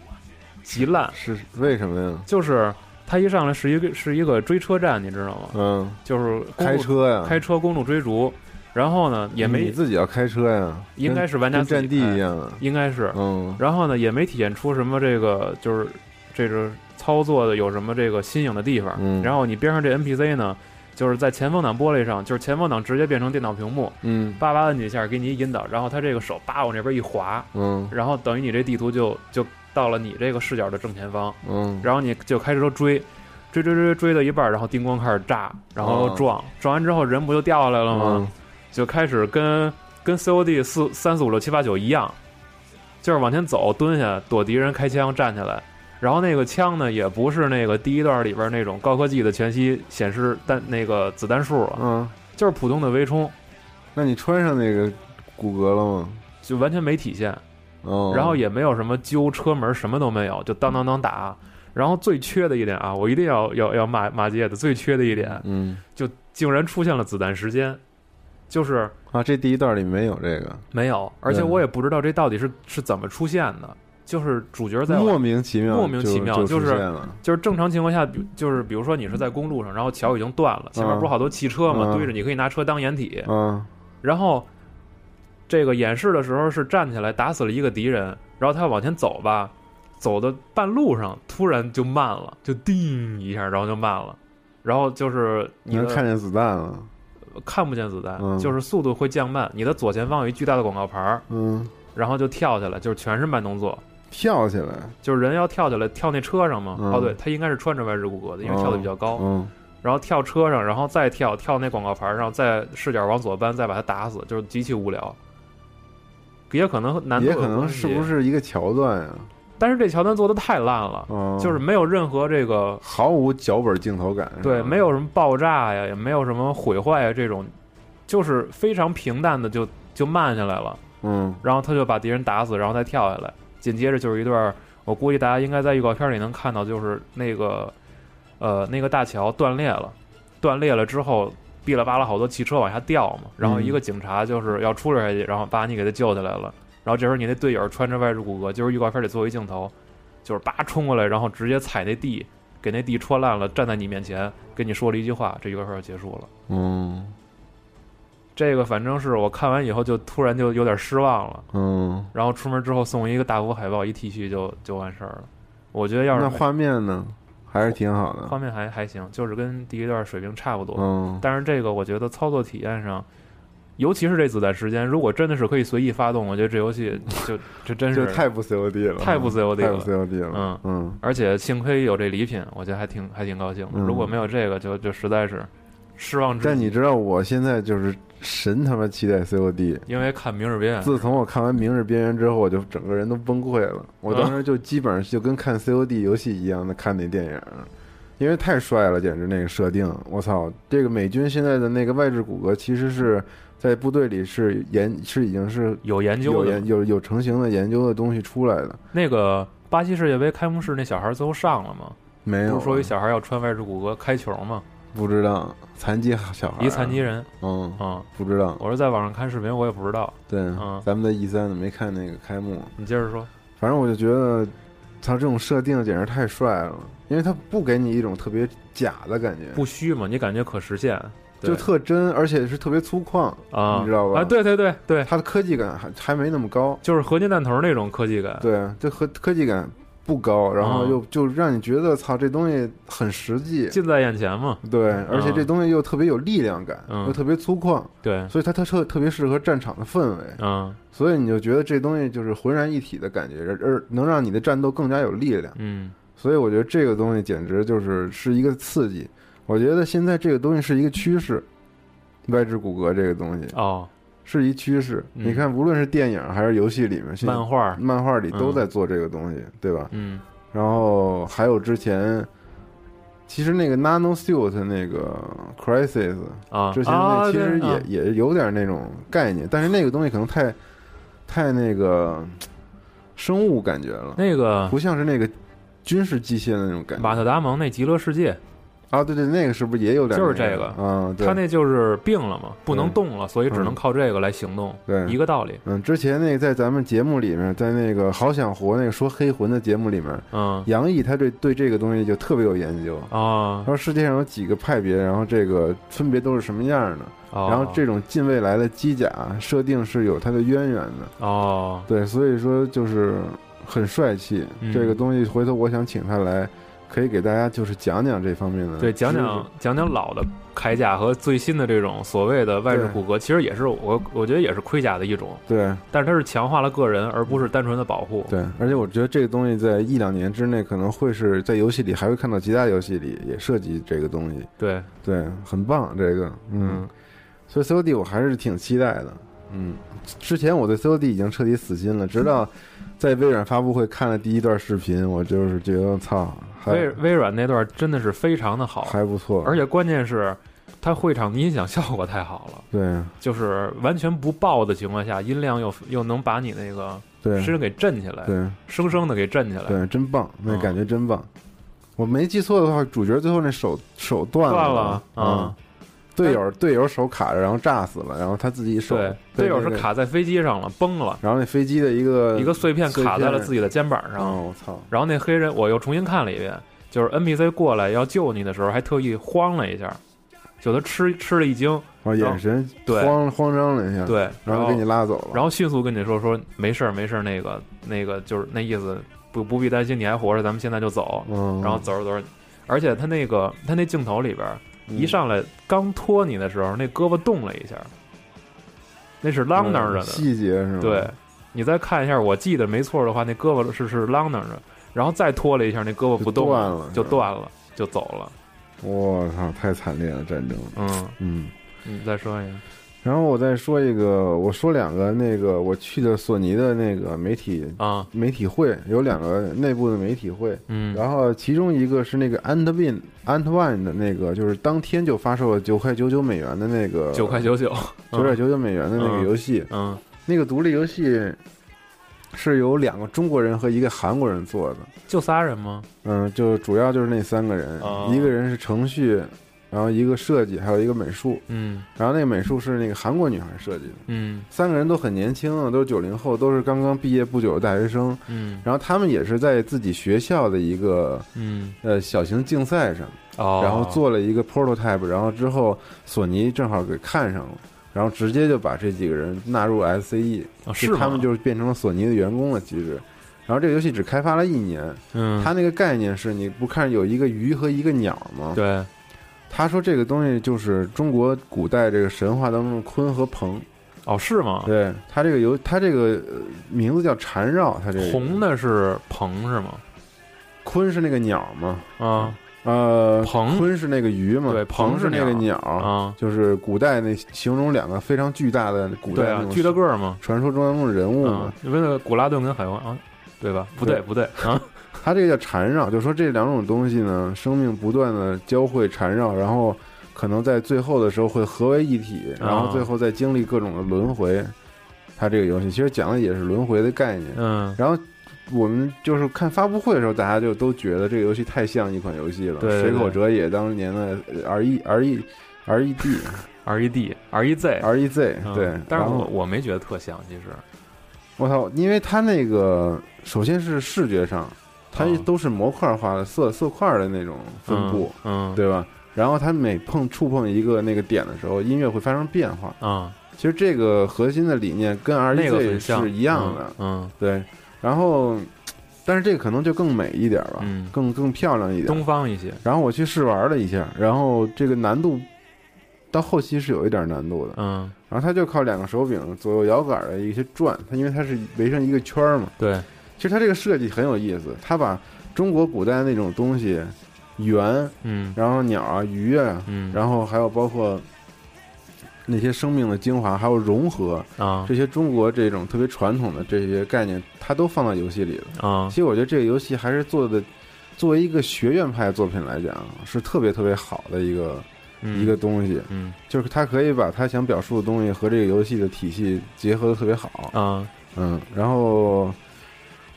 极烂，是为什么呀？就是他一上来是一个是一个追车站，你知道吗？嗯，就是公开路车嗯呀，开车公路追逐，然后呢也你没自己要开车呀，应该跟是玩家跟自己战地一开，样啊。应该是，嗯然后呢也没体现出什么这个就是这个操作的有什么这个新颖的地方。嗯然后你边上这 NPC 呢，就是在前风挡玻璃上，就是前风挡直接变成电脑屏幕，嗯叭叭摁几下给你一引导，然后他这个手叭往这边一滑，嗯然后等于你这地图就就到了你这个视角的正前方，嗯，然后你就开始说追，追追追追到一半，然后叮咣开始炸，然哦后嗯撞，撞完之后人不就掉下来了吗？就开始跟跟 COD 四三四五六七八九一样，就是往前走，蹲下躲敌人，开枪站起来。然后那个枪呢，也不是那个第一段里边那种高科技的全息显示弹那个子弹数啊，嗯？嗯，就是普通的微冲，那你穿上那个骨骼了吗？就完全没体现。哦，然后也没有什么揪车门，什么都没有，就当当当打。然后最缺的一点啊，我一定要要要骂骂街的，最缺的一点嗯就竟然出现了子弹时间，就是啊，这第一段里没有这个，没有，而且我也不知道这到底是是怎么出现的，就是主角在莫名其妙就，莫名其妙就就是出现了就是正常情况下，比就是比如说你是在公路上，然后桥已经断了，前面不是好多汽车嘛，嗯堆着，你可以拿车当掩体。啊，然后这个演示的时候是站起来打死了一个敌人，然后他要往前走吧，走的半路上突然就慢了，就叮一下，然后就慢了。然后就是你你能的看见子弹了，看不见子弹，嗯就是速度会降慢。你的左前方有一巨大的广告牌儿，嗯，然后就跳下来，就是全是慢动作，跳起来，就是人要跳下来跳那车上嘛。嗯哦，对，他应该是穿着外置骨骼的，因为跳的比较高。嗯，然后跳车上，然后再跳跳那广告牌上，再视角往左扳，再把它打死，就是极其无聊。也可能难度也有可能关系是不？是一个桥段呀？但是这桥段做的太烂了，啊，就是没有任何这个毫无脚本镜头感，是吧对，没有什么爆炸呀，也没有什么毁坏呀，这种就是非常平淡的就就慢下来了，嗯然后他就把敌人打死，然后再跳下来。紧接着就是一段，我估计大家应该在预告片里能看到，就是那个呃那个大桥断裂了，断裂了之后，哔啦吧啦好多汽车往下掉嘛，然后一个警察就是要出溜下去，然后把你给他救下来了，然后这时候你那队友穿着外置骨骼，就是预告片里最后一镜头，就是叭冲过来，然后直接踩那地，给那地戳烂了，站在你面前跟你说了一句话，这预告片就结束了。嗯这个反正是我看完以后就突然就有点失望了。嗯，然后出门之后送我一个大幅海报，一 T 恤就就完事儿了。我觉得要是那画面呢，还是挺好的，画面还还行，就是跟第一段水平差不多。嗯但是这个我觉得操作体验上，尤其是这子弹时间，如果真的是可以随意发动，我觉得这游戏就 <laughs> 这真就是太不 COD 了，太不 COD 太了不 COD 了，嗯嗯而且幸亏有这礼品，我觉得还挺还挺高兴的。嗯如果没有这个，就就实在是失望至但你极。知道我现在就是神他妈期待 COD。因为看《明日边缘》，自从我看完《明日边缘》之后，我就整个人都崩溃了。我啊当时就基本上就跟看 COD 游戏一样的看那电影，因为太帅了，简直那个设定，我操！这个美军现在的那个外置骨骼其实是在部队里是研是已经是有研究有的研有有成型的研究的东西出来的，那个巴西世界杯开幕式那小孩最后上了吗？没不有啊是说有小孩要穿外置骨骼开球吗？不知道残疾小孩，一残疾，人嗯，啊、不知道，我是在网上看视频，我也不知道。对，嗯咱们在 E 三没看那个开幕，你接着说，反正我就觉得他这种设定简直太帅了，因为他不给你一种特别假的感觉，不虚嘛，你感觉可实现，对就特真，而且是特别粗犷，啊，你知道吧啊，对对对对，它的科技感还还没那么高，就是合金弹头那种科技感。对，这和科技感不高，然后嗯又就让你觉得操这东西很实际，近在眼前嘛，对，而且这东西又特别有力量感，嗯又特别粗犷，对，所以它特特特别适合战场的氛围，嗯所以你就觉得这东西就是浑然一体的感觉，而而能让你的战斗更加有力量。嗯所以我觉得这个东西简直就是是一个刺激。我觉得现在这个东西是一个趋势，外置骨骼这个东西哦，是一趋势。嗯你看，无论是电影还是游戏里面，现在漫画，漫画里都嗯在做这个东西，对吧？嗯然后还有之前，其实那个 Nano Suit 那个 Crisis 啊，之前啊那其实也、对啊也有点那种概念，但是那个东西可能太太那个生物感觉了，那个不像是那个军事机械的那种感觉。马特达蒙那极乐世界，啊，对对，那个是不是也有点就是那这个嗯，对，他那就是病了嘛，不能对动了，所以只能嗯靠这个来行动，对一个道理。嗯，之前那个在咱们节目里面，在那个《好想活》那个说黑魂的节目里面，嗯杨毅他对对这个东西就特别有研究。啊他，说世界上有几个派别，然后这个分别都是什么样的，哦然后这种近未来的机甲设定是有它的渊源的，哦，对，所以说就是很帅气。嗯这个东西回头我想请他来，可以给大家就是讲讲这方面的知识，对，讲讲讲讲老的铠甲和最新的这种所谓的外置对骨骼，其实也是我我觉得也是盔甲的一种，对但是它是强化了个人，而不是单纯的保护。对，而且我觉得这个东西在一两年之内，可能会是在游戏里，还会看到其他游戏里也涉及这个东西。对，对，很棒，这个，嗯，嗯所以 COD 我还是挺期待的，嗯，之前我对 COD 已经彻底死心了，直到在微软发布会看了第一段视频，我就是觉得操，微还微软那段真的是非常的好，还不错，而且关键是它会场的音响效果太好了，对就是完全不爆的情况下，音量又又能把你那个对身给震起来，对生生的给震起来。对，真棒，那嗯感觉真棒。我没记错的话，主角最后那手手断断了了嗯啊，队友队友手卡着，然后炸死了，然后他自己手对，队友是，对对呃卡在飞机上了，崩了，然后那飞机的一个一个碎片卡在了自己己的肩膀上。上，我操，然后那黑人，我又重新看了一遍，就是 NPC 过来要救你的时候，还特意慌了一下，就他吃吃了一惊，我眼神对慌慌张了一下，，对，然然后后给你拉走了，然后迅速跟你说说没事儿没事儿，那个那个就是那意思，不不必担心，你还活着，咱们现在就走。嗯，然后走着走着，而且他那个他那镜头里边儿嗯一上来刚拖你的时候，那胳膊动了一下，那是啷当着嗯的，细节是吗？对，，你再看一下，我记得没错的话，那胳膊是是啷当着，然后再拖了一下，那胳膊不动就就断断了，就走了。我操，太惨烈了战争，嗯，嗯。你再说一个，然后我再说一个，我说两个那个我去的索尼的那个媒体啊，媒体会，有两个内部的媒体会，嗯然后其中一个是那个 Antwin Antwin 的那个，就是当天就发售了九块九九美元的那个九块九九，九点九九美元的那个嗯游戏，嗯那个独立游戏是由两个中国人和一个韩国人做的，就仨人吗？嗯，就主要就是那三个人，哦一个人是程序，然后一个设计，还有一个美术，嗯然后那个美术是那个韩国女孩设计的。嗯三个人都很年轻啊，都是九零后，都是刚刚毕业不久的大学生。嗯然后他们也是在自己学校的一个嗯，呃小型竞赛上，哦，然后做了一个 prototype，然后之后索尼正好给看上了，然后直接就把这几个人纳入 SCE，哦是吗他们就是变成了索尼的员工了，其实。然后这个游戏只开发了一年，嗯，它那个概念是你不看有一个鱼和一个鸟吗？对他说这个东西就是中国古代这个神话当中的鲲和鹏。哦是吗？对，它这个游，它这个呃名字叫缠绕，它这个红的是鹏是吗？鲲是那个鸟嘛，啊呃，鹏鲲是那个鱼嘛，对鹏鹏是是那个鸟鸟啊，就是古代那形容两个非常巨大的古代对那啊种，巨大个儿嘛，传说中的那种人物嘛嗯，，因为那个古拉顿跟海王啊，对吧？不对对不对啊，它这个叫缠绕，就说这两种东西呢，生命不断的交汇缠绕，然后可能在最后的时候会合为一体，然后啊最后再经历各种的轮回。它这个游戏其实讲的也是轮回的概念，嗯，然后我们就是看发布会的时候，大家就都觉得这个游戏太像一款游戏了。对对对水口哲也当年的 R E R E R E D R E D R E Z。 R E <laughs> Z，嗯对。但是然我后我没觉得特像，其实，我操，因为它那个首先是视觉上，它啊都是模块化的色色块的那种分布，嗯，嗯，对吧？然后它每碰触碰一个那个点的时候，音乐会发生变化。啊，其实这个核心的理念跟 R E 那个 Z 很像，是一样的，嗯，对。然后，但是这个可能就更美一点吧，嗯更更漂亮一嗯，点。东方一些，然后我去试玩了一下，然后这个难度到后期是有一点难度的。嗯，然后它就靠两个手柄左右摇杆的一些转，它因为它是围成一个圈儿嘛。对，其实它这个设计很有意思，它把中国古代那种东西，圆，嗯然后鸟啊、鱼啊，嗯，然后还有包括那些生命的精华，还有融合啊这些中国这种特别传统的这些概念，它都放到游戏里了。啊其，实我觉得这个游戏还是做的，作为一个学院派作品来讲，是特别特别好的一个、嗯一个，东西，嗯就是它可以把它想表述的东西和这个游戏的体系结合的特别好。啊，嗯，然后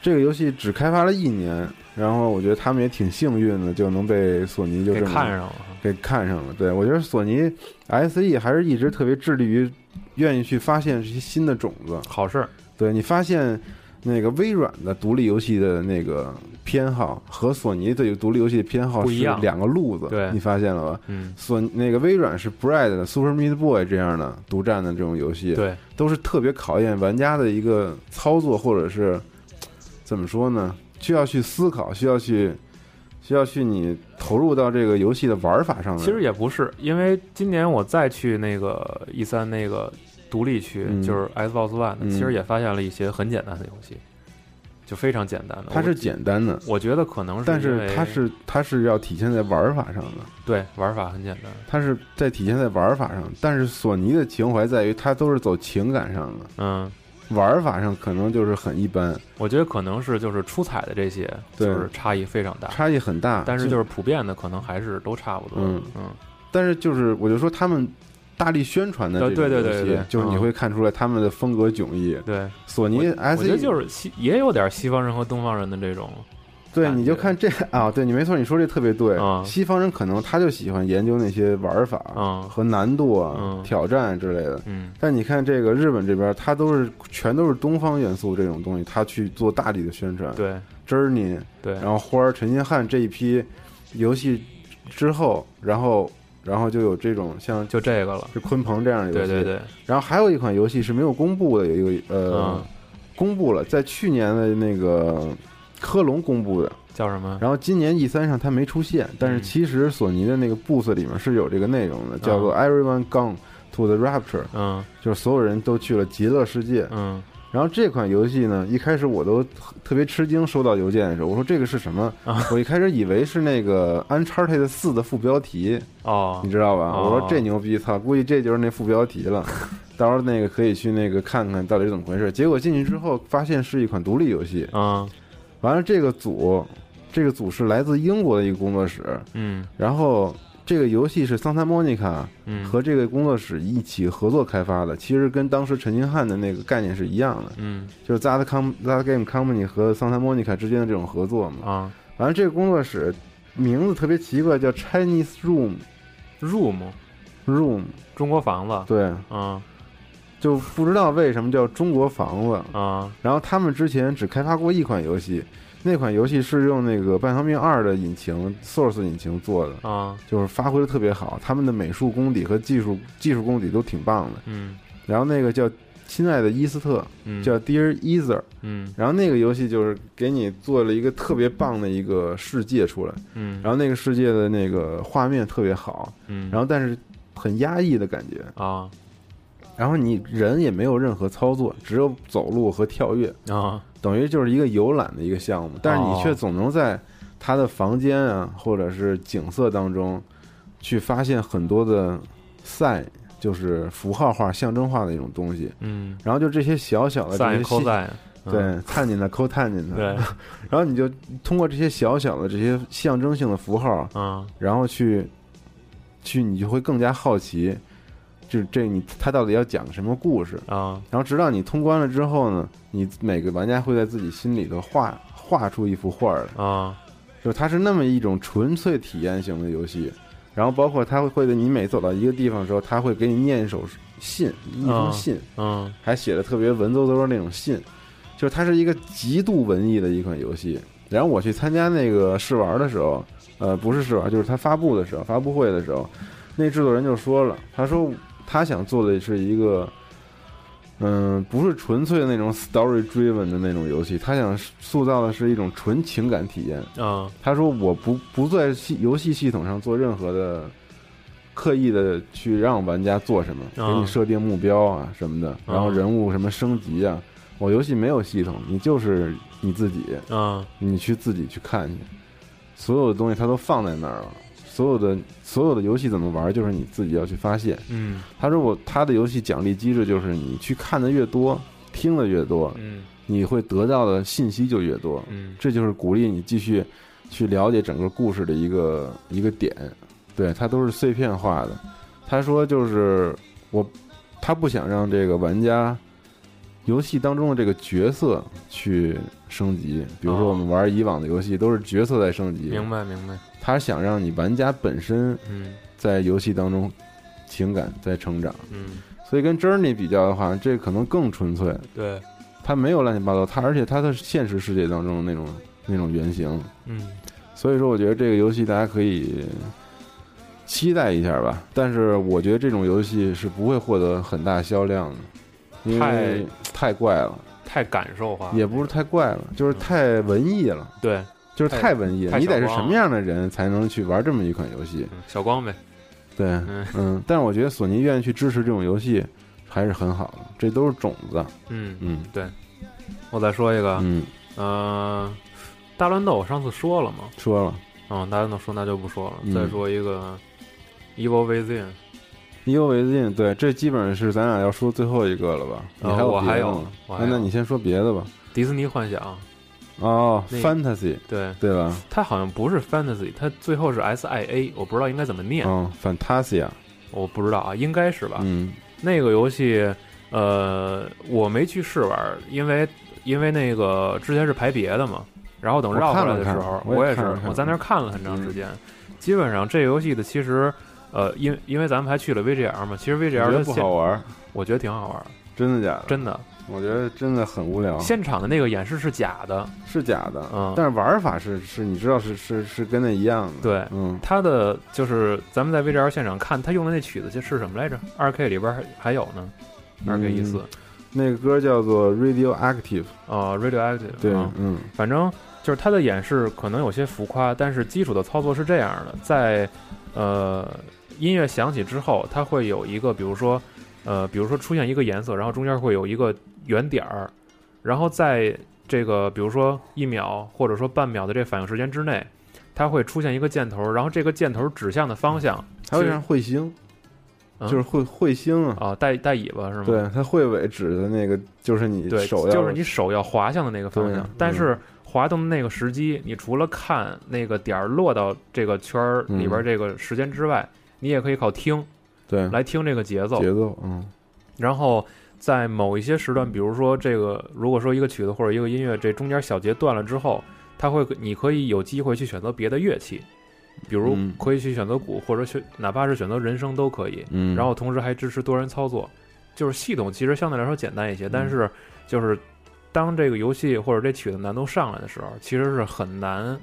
这个游戏只开发了一年，然后我觉得他们也挺幸运的，就能被索尼就给这么看上了，给看上了。对我觉得索尼 SE 还是一直特别致力于愿意去发现这些新的种子。好事儿，对你发现那个微软的独立游戏的那个偏好和索尼对于独立游戏的偏好不一是样两个路子，对你发现了吧？嗯，索那个微软是 Bread 的 Super Meat Boy 这样的独占的这种游戏，对，都是特别考验玩家的一个操作，或者是怎么说呢？需要去思考，需要去需要去你投入到这个游戏的玩法上面。其实也不是，因为今年我再去那个 E 三那个独立区，嗯就是 Xbox One，的嗯其实也发现了一些很简单的游戏，就非常简单的，它是简单的，我，我觉得可能是，但是它是它是要体现在玩法上的。对玩法很简单，它是在体现在玩法上，但是索尼的情怀在于它都是走情感上的，嗯。玩法上可能就是很一般，我觉得可能是就是出彩的这些，对就是差异非常大。差异很大。但是就是普遍的，可能还是都差不多。嗯嗯但是就是我就说他们大力宣传的这呃种对对东对西对对就是你嗯会看出来他们的风格迥异。对，索尼我 S E，我觉得就是西也有点西方人和东方人的这种对，感你就觉看这啊，对你没错，你说这特别对。嗯西方人可能他就喜欢研究那些玩法嗯和难度啊、嗯挑战之类的。嗯但你看这个日本这边，他都是全都是东方元素这种东西，他去做大力的宣传。对 Journey，对，然后花儿、陈星汉这一批游戏之后，然后然后就有这种像就这个了，就鲲鹏这样的游对戏。对对，然后还有一款游戏是没有公布的，有一个呃、嗯公布了，在去年的那个科隆公布的，叫什么？然后今年 E 3上它没出现，但是其实索尼的那个 booth 里面是有这个内容的，叫做啊 Everyone Gone to the Rapture，嗯就是所有人都去了极乐世界。嗯然后这款游戏呢，一开始我都特特别吃惊，收到邮件的时候，我说这个是什么？啊我一开始以为是那个 Uncharted 四的副标题，哦你知道吧？哦我说这牛逼，操，估计这就是那副标题 <laughs> 了。到时候那个可以去那个看看到底是怎么回事。结果进去之后，发现是一款独立游戏。嗯完了，这个组，这个组是来自英国的一个工作室，嗯然后这个游戏是 Santa Monica 嗯和这个工作室一起合作开发的，其实跟当时陈星汉的那个概念是一样的，嗯就是 Zad Com Zad Game Company 和 Santa Monica 之间的这种合作嘛。啊完了，这个工作室名字特别奇怪，叫 Chinese Room ，room Room，中国房子，对，嗯就不知道为什么叫中国房子。嗯然后他们之前只开发过一款游戏，那款游戏是用那个《半条命二》的引擎 Source 引擎做的，嗯就是发挥的特别好，他们的美术功底和技术技术功底都挺棒的。嗯然后那个叫《亲爱的伊斯特嗯》，叫 Dear Ether，嗯然后那个游戏就是给你做了一个特别棒的一个世界出来，嗯，然后那个世界的那个画面特别好，嗯然后但是很压抑的感觉，啊然后你人也没有任何操作，只有走路和跳跃，啊等于就是一个游览的一个项目，但是哦你却总能在他的房间啊，或者是景色当中，去发现很多的赛，就是符号化、象征化的一种东西。嗯，然后就这些小小的这在些扣细，在，嗯对，探进它，抠探进它，对，然后你就通过这些小小的这些象征性的符号，嗯然后去去，你就会更加好奇，就这你他到底要讲什么故事。啊然后直到你通关了之后呢，你每个玩家会在自己心里头画画出一幅画来，啊就它是那么一种纯粹体验型的游戏。然后包括它会在你每走到一个地方的时候，它会给你念一首信，一封信，嗯还写的特别文绉绉的那种信，就是它是一个极度文艺的一款游戏。然后我去参加那个试玩的时候，呃，不是试玩，就是它发布的时候，发布会的时候，那制作人就说了，他说他想做的是一个，嗯、不是纯粹的那种 story driven 的那种游戏，他想塑造的是一种纯情感体验。嗯他说我不不在系游戏系统上做任何的刻意的去让玩家做什么，给啊你设定目标啊什么的，然后啊人物什么升级啊，我游戏没有系统，你就是你自己，嗯你去自己去看去，所有的东西它都放在那儿了。所有的所有的游戏怎么玩，就是你自己要去发现。嗯他说我他的游戏奖励机制就是你去看的越多，听的越多，嗯你会得到的信息就越多。嗯这就是鼓励你继续去了解整个故事的一个一个点。对，它都是碎片化的。他说就是我，他不想让这个玩家游戏当中的这个角色去升级。比如说我们玩以往的游戏都是角色在升级，明白明白，他想让你玩家本身嗯在游戏当中情感在成长。嗯所以跟 Journey 比较的话，这可能更纯粹。对，它没有乱七八糟，它而且它的现实世界当中的那种那种原型，嗯所以说，我觉得这个游戏大家可以期待一下吧。但是我觉得这种游戏是不会获得很大销量的，因为太怪了，太感受化了，也不是太怪了，就是太文艺了，对，就是太文艺了。太你得是小什光么样的人才能去玩这么一款游戏？嗯小光呗，对，嗯嗯。但是我觉得索尼愿意去支持这种游戏还是很好的，这都是种子。嗯，嗯我再说一个，嗯，嗯，大乱斗我上次说了嘛，说了嗯，大乱斗说那就不说了，嗯再说一个 Evil Within，意犹未尽，对，这基本上是咱俩要说最后一个了吧？你然后有哦我别还的有吗，我还那有那你先说别的吧。迪士尼幻想，哦那，fantasy 对，对吧？它好像不是 Fantasy，它最后是 S I A，我不知道应该怎么念，嗯，fantasia，我不知道啊，应该是吧？嗯那个游戏，呃，我没去试玩，因为因为那个之前是排别的嘛，然后等我绕回看来了的时看候，我也我也是看了看我在那儿看了很长时间。基本上这游戏的其实，呃，因因为咱们还去了 VGR 嘛，其实你觉 VGR 得的不现好玩儿，啊我觉得挺好玩儿，真的假的？真的。我觉得真的很无聊，现场的那个演示是假的，是假的，嗯但是玩法是是，你知道是是是跟那一样的，，对。嗯，他的就是咱们在 VGR 现场看他用的那曲子是什么来着？二 K 里边还还有呢，二 K 一四那个歌叫做 Radioactive，啊，Radioactive 嗯对，啊嗯，反正就是它的演示可能有些浮夸，但是基础的操作是这样的，在呃音乐响起之后，它会有一个，比如说呃，比如说出现一个颜色，然后中间会有一个圆点儿，然后在这个比如说一秒或者说半秒的这反应时间之内，它会出现一个箭头，然后这个箭头指向的方向还有其实像彗星，嗯就是彗彗星啊，啊、带带尾巴是吗？对，它彗尾指的那个就是你对，手要就是你手要滑向的那个方对向嗯，但是滑动的那个时机，你除了看那个点儿落到这个圈儿里嗯边这个时间之外，你也可以靠听对来听这个节奏，嗯节奏，嗯，然后在某一些时段，比如说这个，如果说一个曲子或者一个音乐这中间小节断了之后，它会你可以有机会去选择别的乐器，比如嗯可以去选择鼓，或者选哪怕是选择人声都可以，嗯然后同时还支持多人操作，就是系统其实相对来说简单一些，嗯但是就是当这个游戏或者这曲子难度上来的时候，其实是很难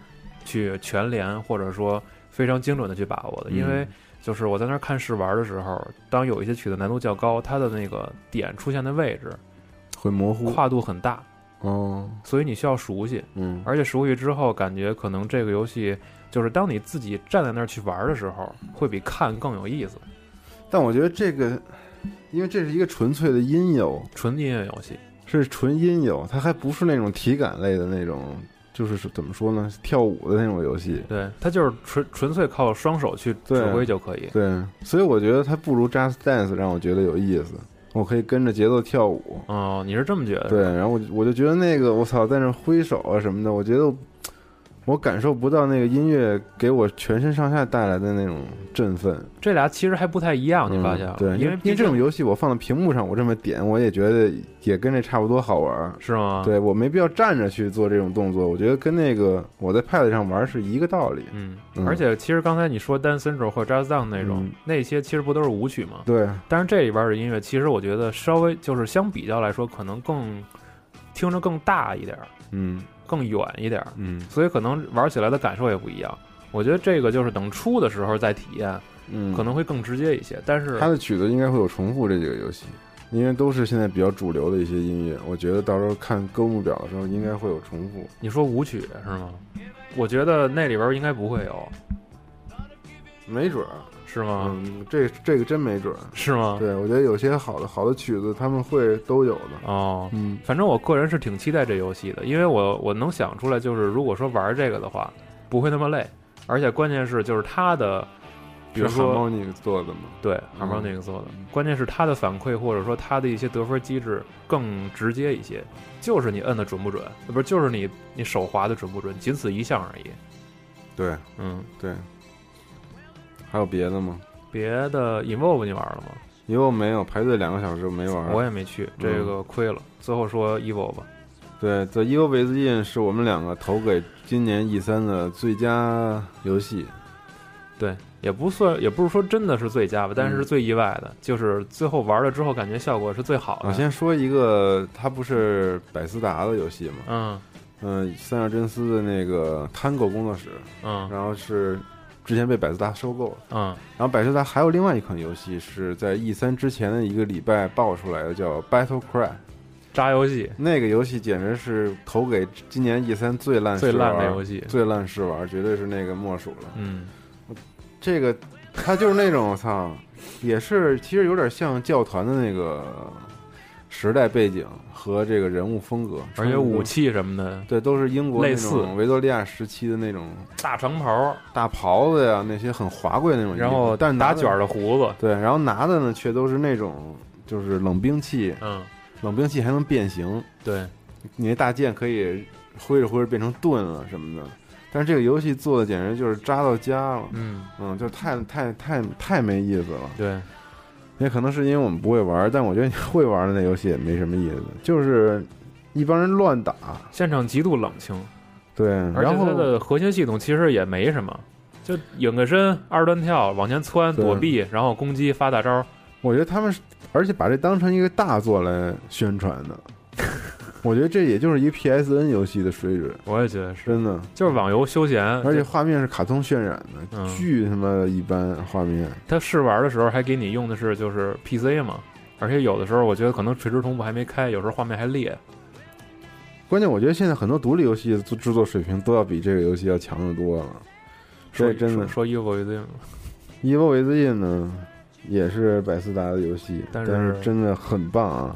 去全连或者说非常精准的去把握的，因为嗯就是我在那儿看试玩的时候，当有一些曲子难度较高，它的那个点出现的位置会模糊，跨度很大，哦，所以你需要熟悉，嗯，而且熟悉之后，感觉可能这个游戏就是当你自己站在那儿去玩的时候，会比看更有意思，但我觉得这个，因为这是一个纯粹的音游，纯音乐游戏。是纯音游，它还不是那种体感类的那种，就是怎么说呢，跳舞的那种游戏。对，它就是纯纯粹靠双手去对指挥就可以。对，所以我觉得它不如 Just Dance 让我觉得有意思，我可以跟着节奏跳舞。哦，你是这么觉得？对，，然后我就我就觉得那个我操，在那挥手啊什么的，我觉得我感受不到那个音乐给我全身上下带来的那种振奋。这俩其实还不太一样，你发现嗯了？对，为因为因为毕这竟种游戏我放到屏幕上，我这么点，我也觉得也跟这差不多好玩儿。是吗？，对我没必要站着去做这种动作，我觉得跟那个我在 Pad 上玩是一个道理。嗯嗯。而且其实刚才你说 Dance Central 或者 Jazz Down 那种嗯，那些其实不都是舞曲吗？对，但是这里边的音乐，其实我觉得稍微就是相比较来说，可能更听着更大一点儿，嗯更远一点儿，嗯所以可能玩起来的感受也不一样。我觉得这个就是等出的时候再体验，嗯，可能会更直接一些。但是他的曲子应该会有重复这几个游戏，因为都是现在比较主流的一些音乐，我觉得到时候看歌目表的时候应该会有重复。你说舞曲是吗？我觉得那里边应该不会有，没准儿，是吗？嗯，这这个真没准儿。是吗？对，我觉得有些好的好的曲子他们会都有的。哦，嗯反正我个人是挺期待这游戏的，因为我我能想出来，就是如果说玩这个的话，不会那么累，而且关键是就是它的，比如说猫你做的嘛，对嗯 Harmonic 做的，关键是它的反馈或者说它的一些得分机制更直接一些，就是你摁的准不准，呃不是就是你你手滑的准不准，仅此一项而已。对嗯，对。还有别的吗？别的 Evolve 你玩了吗？因为我没有排队两个小时我没玩儿。我也没去，这个亏了。最后说 Evolve 吧。对，《The Evil Within》是我们两个投给今年 E 三的最佳游戏。对，也不算，也不是说真的是最佳吧，但是是最意外的，就是最后玩了之后感觉效果是最好的。我啊先说一个，它不是百思达的游戏嘛？嗯嗯、三上真司的那个 Tango 工作室，嗯然后是之前被百思达收购了。嗯然后百思达还有另外一款游戏是在 E 三之前的一个礼拜爆出来的，叫《Battle Cry》。渣游戏那个游戏简直是投给今年 E 三最烂最试玩烂的游戏最烂试玩，绝对是那个莫属了。啊嗯这个他就是那种我操，也是其实有点像教团的那个时代背景和这个人物风格，而穿且着武都器什么的，对都是英国那类似种维多利亚时期的那种大长袍，大袍子呀，那些很华贵的那种衣服，然后但拿打的卷儿的胡子，对，然后拿的呢却都是那种就是冷兵器，嗯，冷兵器还能变形，对，你那大剑可以挥着挥着变成盾了什么的。但是这个游戏做的简直就是渣到家了，嗯嗯，就是太太太太没意思了。对，也可能是因为我们不会玩，但我觉得你 <laughs> 会玩的那游戏也没什么意思，就是一帮人乱打。现场极度冷清，对，而且然它后的核心系统其实也没什么，就影个身、二段跳、往前窜、对躲避，然后攻击、发大招。我觉得他们是，而且把这当成一个大作来宣传的， <laughs> 我觉得这也就是一个 PSN 游戏的水准，我也觉得是，真的。就是网游休闲，而且画面是卡通渲染的，嗯巨他妈一般画面。它试玩的时候还给你用的是就是 PC 嘛，而且有的时候我觉得可能垂直同步还没开，有时候画面还裂。关键我觉得现在很多独立游戏的制制作水平都要比这个游戏要强得多了。，E 说对真的说说 Evil《Within，Evil Within》呢，也是百思达的游戏，但但是真的很棒啊！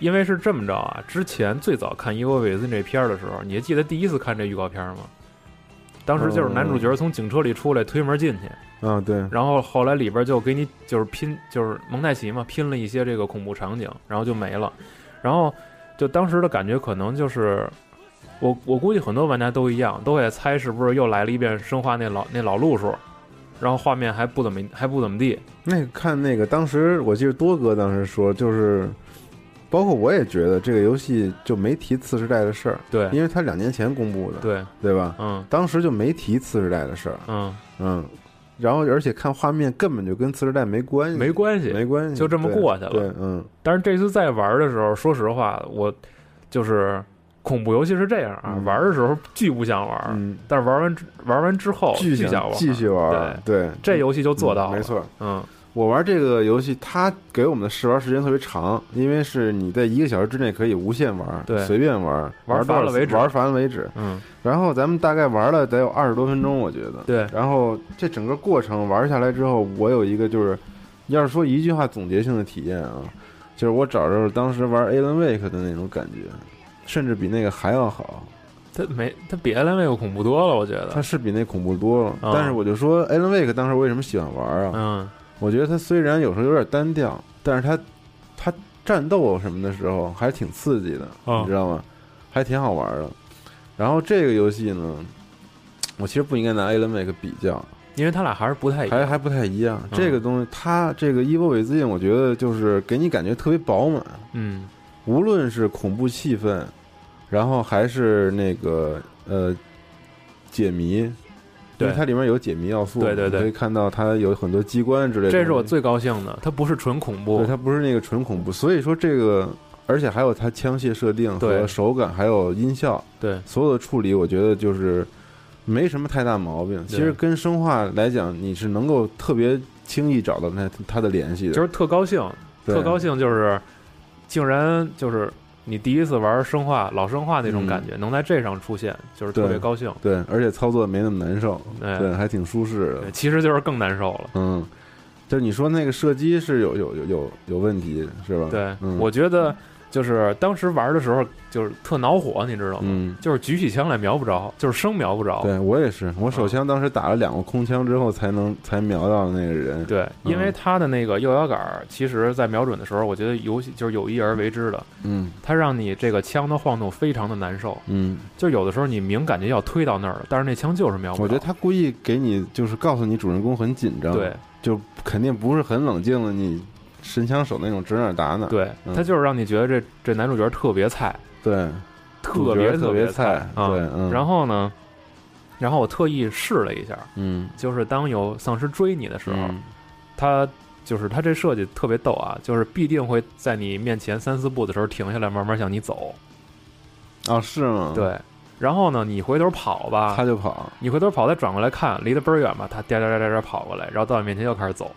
因为是这么着啊，之前最早看《Evil Within》这片儿的时候，你还记得第一次看这预告片吗？当时嗯就是男主角从警车里出来推门进去，啊，对，然后后来里边就给你就是拼就是蒙太奇嘛，拼了一些这个恐怖场景，然后就没了。然后就当时的感觉可能就是，我我估计很多玩家都一样，都会猜是不是又来了一遍生化那老那老路数，然后画面还不怎么还不怎么地。那个看那个，当时我记得多哥当时说，就是包括我也觉得这个游戏就没提次世代的事儿，对因为它两年前公布的，对，对吧？嗯当时就没提次世代的事儿，嗯，嗯，然后而且看画面根本就跟次世代没关系，没关系，没关系，就这么对过去了对，嗯，但是这次在玩的时候，说实话，我就是恐怖游戏是这样啊，嗯玩的时候巨不想玩，嗯但是玩完之玩完之后巨想想玩，继续玩儿，对，这游戏就做到嗯了，没，错。嗯我玩这个游戏，它给我们的试玩时间特别长，因为是你在一个小时之内可以无限玩，对随便玩，玩到烦了为止玩烦了为止。嗯，然后咱们大概玩了得有二十多分钟，我觉得。对然后这整个过程玩下来之后，我有一个就是，要是说一句话总结性的体验啊，就是我找着当时玩 Alan Wake 的那种感觉，甚至比那个还要好。它没它比 Alan Wake 恐怖多了，我觉它得，是比那恐怖多了，啊但是我就说 Alan Wake 当时为什么喜欢玩啊？嗯我觉得它虽然有时候有点单调，但是它它战斗什么的时候还挺刺激的，哦你知道吗？还挺好玩的。然后这个游戏呢，我其实不应该拿 Alan Wake 比较，因为它俩还是不太一样，还还不太一样。哎嗯这个东西，它这个《伊波韦兹印》，我觉得就是给你感觉特别饱满，嗯无论是恐怖气氛，然后还是那个呃解谜。因为对它里面有解谜要素，对对对你可以看到它有很多机关之类的东西。这是我最高兴的，它不是纯恐怖对，，它不是那个纯恐怖，所以说这个，而且还有它枪械设定和对手感，还有音效，对所有的处理，我觉得就是没什么太大毛病。其实跟生化来讲，你是能够特别轻易找到它它的联系的，就是特高兴，对特高兴，就是竟然就是你第一次玩生化老生化那种嗯感觉，能在这上出现，就是特对别高兴。对，而且操作没那么难受，哎对，还挺舒适的对，，其实就是更难受了。嗯。就是你说那个射击是有有有有有问题是吧？对，嗯、我觉得就是当时玩的时候就是特恼火，你知道吗？嗯，就是举起枪来瞄不着，就是生瞄不着。对我也是，我嗯手枪当时打了两个空枪之后才能才瞄到那个人，对因嗯为它的那个右摇杆儿，其实在瞄准的时候，我觉得游戏就是有意而为之的，嗯它让你这个枪的晃动非常的难受。嗯，就有的时候你明感觉要推到那儿了，但是那枪就是瞄不着。我觉得他嗯故意给你就是告诉你主人公很紧张，对，就肯定不是很冷静的，你神枪手那种指哪儿打哪儿，对，嗯他就是让你觉得这这男主角特别菜，对主角特别特别别菜啊。对嗯然后呢，然后我特意试了一下，嗯，就是当有丧尸追你的时候，嗯它就是它这设计特别逗啊，就是必定会在你面前三四步的时候停下来，慢慢向你走。哦是吗？，对，啊然后呢，你回头跑吧他，就跑你回头跑，再转过来看，离得倍儿远吧，它颠颠颠颠颠跑过来，然后到你面前又开始走，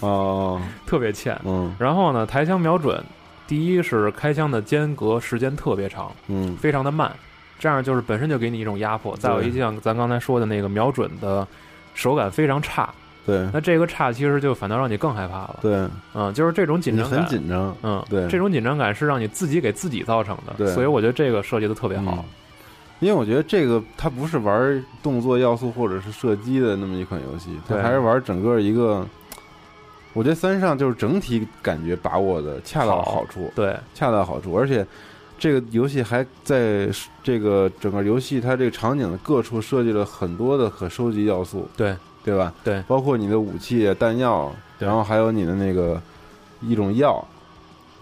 哦，特别欠。嗯然后呢，抬枪瞄准，第一是开枪的间隔时间特别长，嗯非常的慢，这样就是本身就给你一种压迫。再有一像咱刚才说的那个瞄准的手感非常差，对那这个差其实就反倒让你更害怕了。对，嗯，就是这种紧你张感，很紧张，嗯，对这种紧张感是让你自己给自己造成的，对所以我觉得这个设计的特别好嗯。因为我觉得这个它不是玩动作要素或者是射击的那么一款游戏，它对还是玩整个一个。我觉得三上就是整体感觉把握的恰到好好处，对，恰到好处，而且这个游戏还在这个整个游戏它这个场景的各处设计了很多的可收集要素，对对吧？对包括你的武器、弹药，对然后还有你的那个一种药，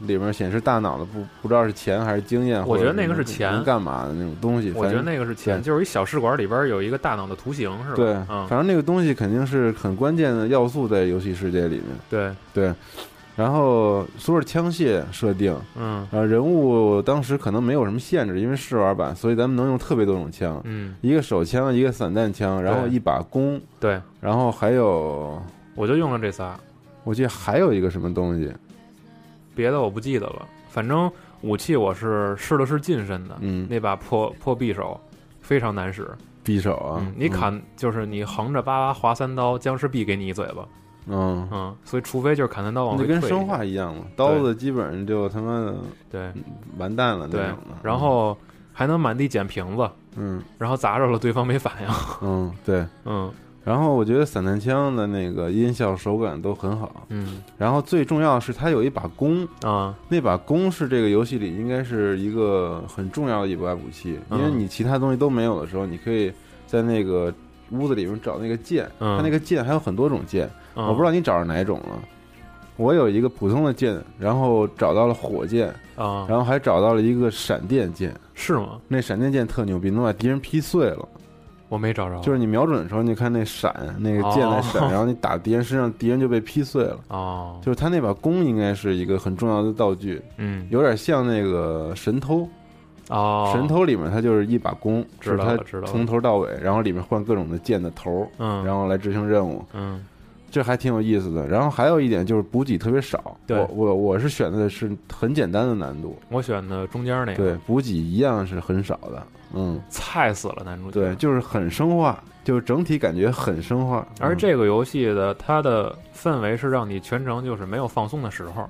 里面显示大脑的不不知道是钱还是经验，我觉得或者那个是能钱能干嘛的那种东西。我觉反得正那个是钱，对就是一小试管里边有一个大脑的图形，是吧？对，嗯反，正那个东西肯定是很关键的要素在游戏世界里面。对，对，然后所有枪械设定，嗯呃，人物当时可能没有什么限制，因为试玩版，所以咱们能用特别多种枪，嗯，一个手枪，一个散弹枪，然后对一把弓，对，然后还有我就用了这仨，我记得还有一个什么东西，别的我不记得了。反正武器我是试了试近身的，嗯，那把破破匕首非常难使，匕首啊，嗯，你砍就是你横着叭叭划三刀，僵尸必给你一嘴巴，嗯，嗯，嗯，所以除非就是砍三刀往那回跟退一生下化一样嘛，刀子基本上就他妈的对嗯完蛋了对那种的，，然后还能满地捡瓶子，嗯然后砸着了对方没反应， <laughs> 嗯对。嗯然后我觉得散弹枪的那个音效手感都很好，嗯然后最重要的是它有一把弓，啊那把弓是这个游戏里应该是一个很重要的一把武器，因嗯为你其他东西都没有的时候，你可以在那个屋子里面找那个剑，嗯它那个剑还有很多种剑，嗯，我不知道你找着哪种了。我有一个普通的剑，然后找到了火箭，道啊，然后还找到了一个闪电剑。是吗？那闪电剑特牛逼，能把敌人劈碎了。嗯我没找着，就是你瞄准的时候，你看那闪，那个剑在闪，哦然后你打敌人身上，敌人就被劈碎了。哦，就是他那把弓应该是一个很重要的道具，嗯有点像那个神偷，哦，神偷里面它就是一把弓，知道了就是知道它了从头到尾，然后里面换各种的箭的头儿，嗯，然后来执行任务，嗯这还挺有意思的。然后还有一点就是补给特别少，对我我我是选的是很简单的难度，我选的中间那个，对，补给一样是很少的，嗯，菜死了男主角，对，就是很生化，就是整体感觉很生化。而嗯这个游戏的它的氛围是让你全程就是没有放松的时候，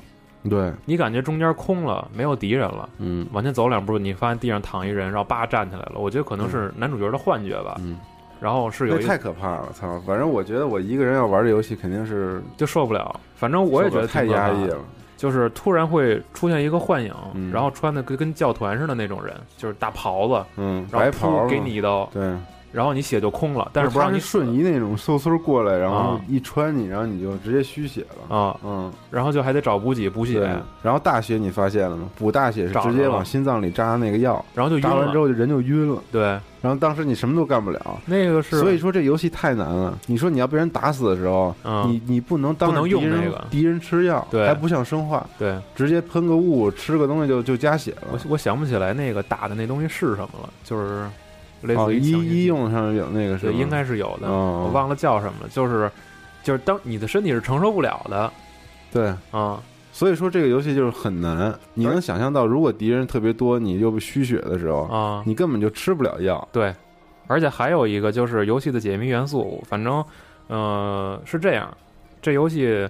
对，你感觉中间空了，没有敌人了，嗯往前走两步，你发现地上躺一人，然后叭站起来了。我觉得可能是男主角的幻觉吧，嗯，然后是有那一太可怕了，操！反正我觉得我一个人要玩这游戏肯定是就受不了，反正我也受觉不了得太挺可怕压的抑，了，就是突然会出现一个幻影，嗯然后穿的跟跟教团似的那种人，就是大袍子，嗯，然后白袍噗嘛给你一刀，对。然后你血就空了，但是不他让你是瞬死移那种嗖嗖过来，然后啊一穿你，然后你就直接虚血了。啊，嗯，然后就还得找补给补血啊对，。然后大血你发现了吗？补大血是找着直接了往心脏里扎那个药，然后就晕扎完了之后就人就晕了。对，然后当时你什么都干不了，那个是啊所以说这游戏太难了。你说你要被人打死的时候，嗯你你不能当不着能用敌人那个敌人吃药，对还不像生化，对直接喷个雾吃个东西就就加血我了。我想不起来那个打的那东西是什么了，就是类哦，似于医强医心剂用上有那个是对，吗应该是有的，哦我忘了叫什么了。就是就是当你的身体是承受不了的对。啊，所以说这个游戏就是很难，你能想象到，如果敌人特别多，你又虚血的时候啊你根本就吃不了药。对，而且还有一个就是游戏的解谜元素，反正呃是这样，这游戏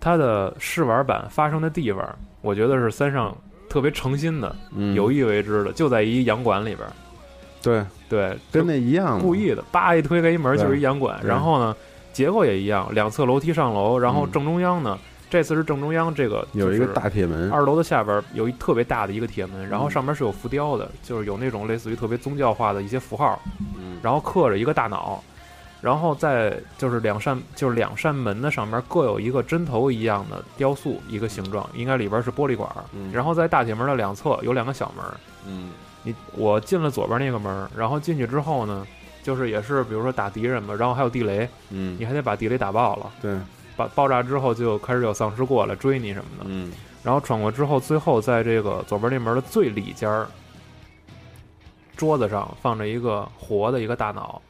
它的试玩版发生的地方，我觉得是三上特别诚心的、嗯，有意为之的，就在一洋馆里边儿，对，对，跟就那一样嘛，故意的，叭一推开一门对就是一洋馆，嗯对然后呢结构也一样，两侧楼梯上楼，然后嗯正中央呢，这次是正中央这个有一就个是大铁门。二楼的下边儿有一特别大的一个铁门，然后嗯上面是有浮雕的，就是有那种类似于特别宗教化的一些符号，嗯然后刻着一个大脑，然后在就是两扇就是两扇门的上面各有一个针头一样的雕塑，一个形状，应该里边是玻璃管儿。嗯然后在大铁门的两侧有两个小门儿，嗯你我进了左边那个门儿，然后进去之后呢，就是也是比如说打敌人嘛，然后还有地雷，嗯你，还得把地雷打爆了，对，把爆炸之后就开始有丧尸过来追你什么的。嗯然后闯过之后，最后在这个左边那门的最里间儿桌子上放着一个活的一个大脑，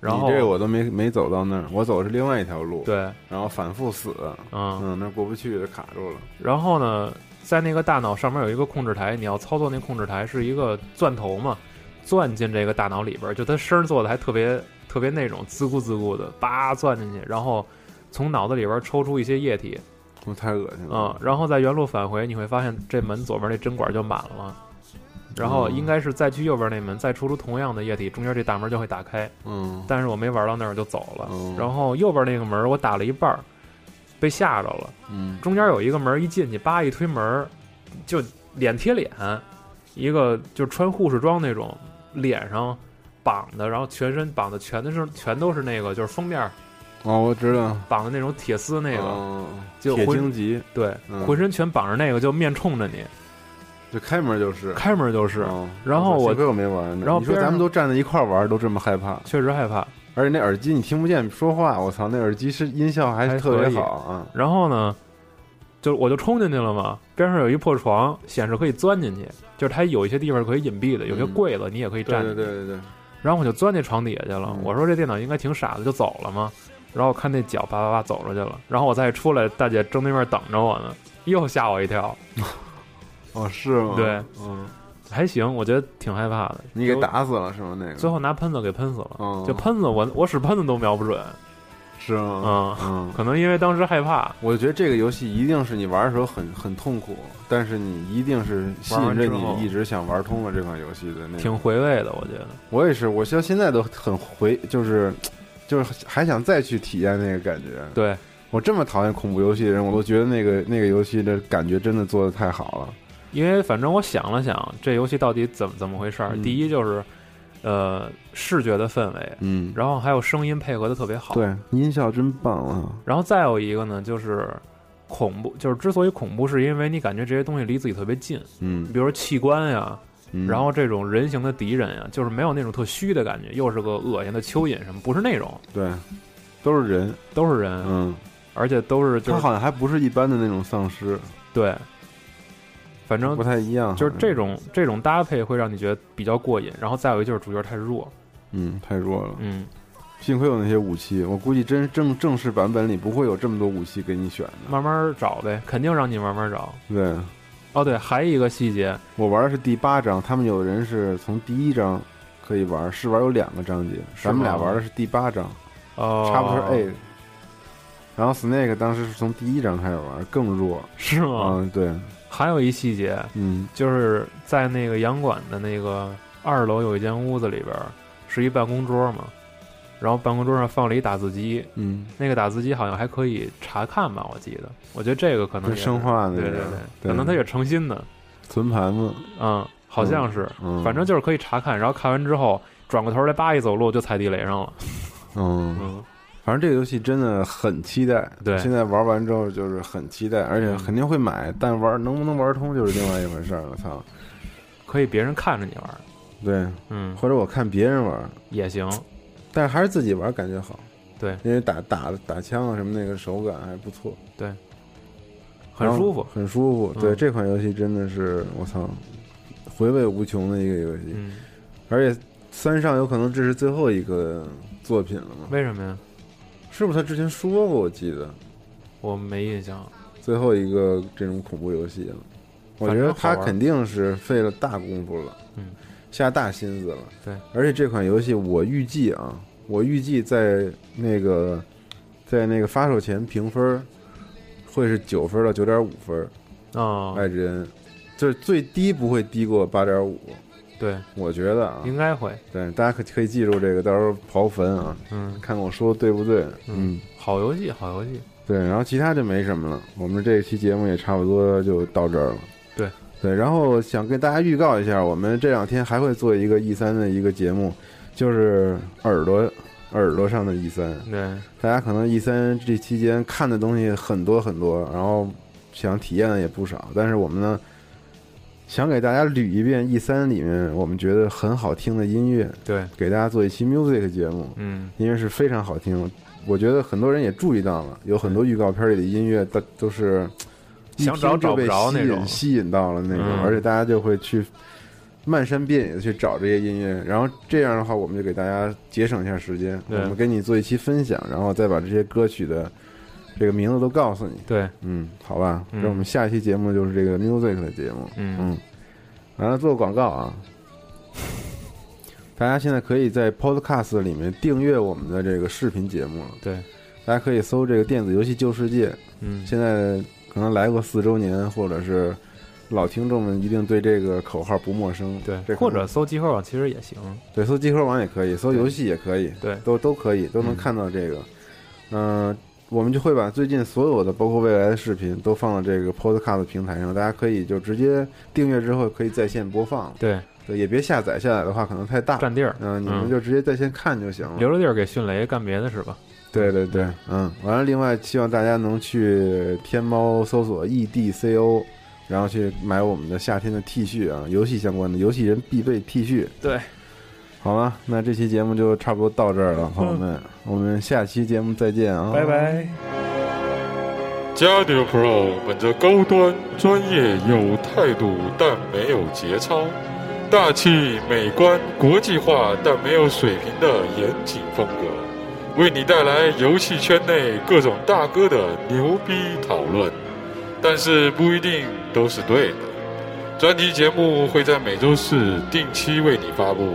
然后你这个我都没没走到那儿，我走的是另外一条路，，对，然后反复死，嗯，嗯，那过不去就卡住了，然后呢，在那个大脑上面有一个控制台，你要操作那控制台是一个钻头嘛，钻进这个大脑里边儿，就它声儿做的还特别特别那种滋咕滋咕的，叭钻进去，然后从脑子里边儿抽出一些液体，我太恶心嗯了，，然后在原路返回，你会发现这门左边那针管就满了，然后应该是再去右边那门，再抽出同样的液体，中间这大门就会打开。嗯但是我没玩到那儿就走了哦，然后右边那个门我打了一半儿，被吓着了。嗯中间有一个门一进去，叭一推门，就脸贴脸，一个就穿护士装那种，脸上绑的，然后全身绑的全都是全都是那个就是封面哦，我知道绑的那种铁丝那个，嗯就铁浑荆棘，对，嗯浑身全绑着那个，就面冲着你，就开门就是，开门就是，哦然后我幸亏我没玩呢。然后你说边上咱们都站在一块儿玩，都这么害怕，确实害怕。而且那耳机你听不见说话，我操，那耳机是音效还还是特别可以好啊。然后呢，就我就冲进去了嘛，边上有一破床，显示可以钻进去，就是它有一些地方是可以隐蔽的，有些嗯柜子你也可以对站对进去。对对对，然后我就钻那床底下去了嗯。我说这电脑应该挺傻的，就走了嘛。然后我看那脚叭叭叭走出去了，然后我再出来，大姐正对面等着我呢，又吓我一跳。哦是吗？对，嗯，还行，我觉得挺害怕的。你给就打死了是吗？那个最后拿喷子给喷死了，嗯哦就喷子我我使喷子都瞄不准，是吗？嗯，嗯，可能因为当时害怕，我觉得这个游戏一定是你玩的时候很很痛苦，但是你一定是吸引着玩完之后你一直想玩通了这款游戏的那挺种。回味的，我觉得。我也是，我到现在都很回，就是就是还想再去体验那个感觉。对，我这么讨厌恐怖游戏的人，我都觉得那个那个游戏的感觉真的做的太好了。因为反正我想了想，这游戏到底怎么怎么回事儿、嗯第一就是，呃，视觉的氛围，嗯，然后还有声音配合的特别好。对，音效真棒啊！然后再有一个呢，就是恐怖，就是之所以恐怖，是因为你感觉这些东西离自己特别近，嗯，比如说器官呀，嗯然后这种人形的敌人呀，就是没有那种特虚的感觉，又是个恶心的蚯蚓什么，不是那种，对，都是人，都是人，嗯，而且都是就他是好像还不是一般的那种丧尸，对，反正不太嗯一样，就是这，种这种搭配会让你觉得比较过瘾。然后再有一个就是主角太弱，嗯，太弱了。嗯，幸亏有那些武器，我估计真正正式版本里不会有这么多武器给你选的。慢慢找呗，肯定让你慢慢找。对哦，对，还有一个细节，我玩的是第八章，他们有的人是从第一章可以玩，试玩有两个章节，是吗咱们俩玩的是第八章哦， ，Chapter A。然后 Snake 当时是从第一章开始玩，更弱。是吗？嗯，对，还有一细节，嗯就是在那个洋馆的那个二楼有一间屋子里边儿是一办公桌嘛，然后办公桌上放了一打字机，嗯，那个打字机好像还可以查看吧，我记得，我觉得这个可能跟也生是化那对对个对可能他也诚心的，存盘嘛，嗯，好像是，嗯，反正就是可以查看，然后看完之后转过头来叭一走路就踩地雷上了，嗯，嗯，反正这个游戏真的很期待。对嗯现在玩完之后就是很期待，而且肯定会买，但玩能不能玩通就是另外一回事儿了。操，可以别人看着你玩儿，对，嗯，或者我看别人玩，也行，但是还是自己玩感觉好。对，因为打打打枪啊什么那个手感还不错，很舒服然后，很舒服。嗯对、这款游戏真的是我操，回味无穷的一个游戏。嗯，而且三上有可能这是最后一个作品了嘛？为什么呀？是不是他之前说过？我记得我没印象，最后一个这种恐怖游戏了。我觉反得正好他玩肯定是费了大功夫了，嗯，下大心思了。对，而且这款游戏我预计啊，我预计在那个在那个发售前评分会是九分到九点五分，哦，爱之恩，就是最低不会低过八点五，对，我觉得啊，应该会，对，大家可可以记住这个，到时候刨坟啊，嗯。看我说的对不对？嗯，好游戏，好游戏，对，然后其他就没什么了。我们这一期节目也差不多就到这儿了。对对，然后想跟大家预告一下，我们这两天还会做一个 E 三的一个节目，就是耳朵耳朵上的 E 三。对，大家可能 E 三这期间看的东西很多很多，然后想体验的也不少，但是我们呢，想给大家捋一遍 E 三里面我们觉得很好听的音乐，对，给大家做一期 music 节目。嗯，音乐是非常好听，我觉得很多人也注意到了，有很多预告片里的音乐，它都是一想找听就被找不着吸那引种吸引到了那种，嗯而且大家就会去漫山遍野的去找这些音乐，然后这样的话，我们就给大家节省一下时间，我对们给你做一期分享，然后再把这些歌曲的这个名字都告诉你，对，嗯，好吧，嗯那我们下一期节目就是这个 music 的节目，嗯嗯，完了做广告啊！ <laughs> 大家现在可以在 Podcast 里面订阅我们的这个视频节目了。对，大家可以搜这个“电子游戏旧世界嗯”，，现在可能来过四周年，或者是老听众们一定对这个口号不陌生。对这，可或能者搜集合网其实也行，对搜集合网也可以，搜游戏也可以，对都都可以，都能嗯看到这个。嗯、我们就会把最近所有的，包括未来的视频，都放到这个 Podcast 平台上，大家可以就直接订阅之后可以在线播放。对，对，也别下载，下载的话可能太大。占地儿，啊嗯、你们嗯就直接在线看就行了。留着地儿给迅雷干别的是吧？对对对，嗯，完了，另外希望大家能去天猫搜索 E EDCO，然后去买我们的夏天的 T 恤啊，游戏相关的游戏人必备 T 恤。对，好了，那这期节目就差不多到这儿了，朋友们，我们下期节目再见啊，嗯拜。拜。 Gadio Pro 本着高端、专业、有态度但没有节操，大气、美观、国际化但没有水平的严谨风格，为你带来游戏圈内各种大哥的牛逼讨论，但是不一定都是对的。专题节目会在每周四定期为你发布，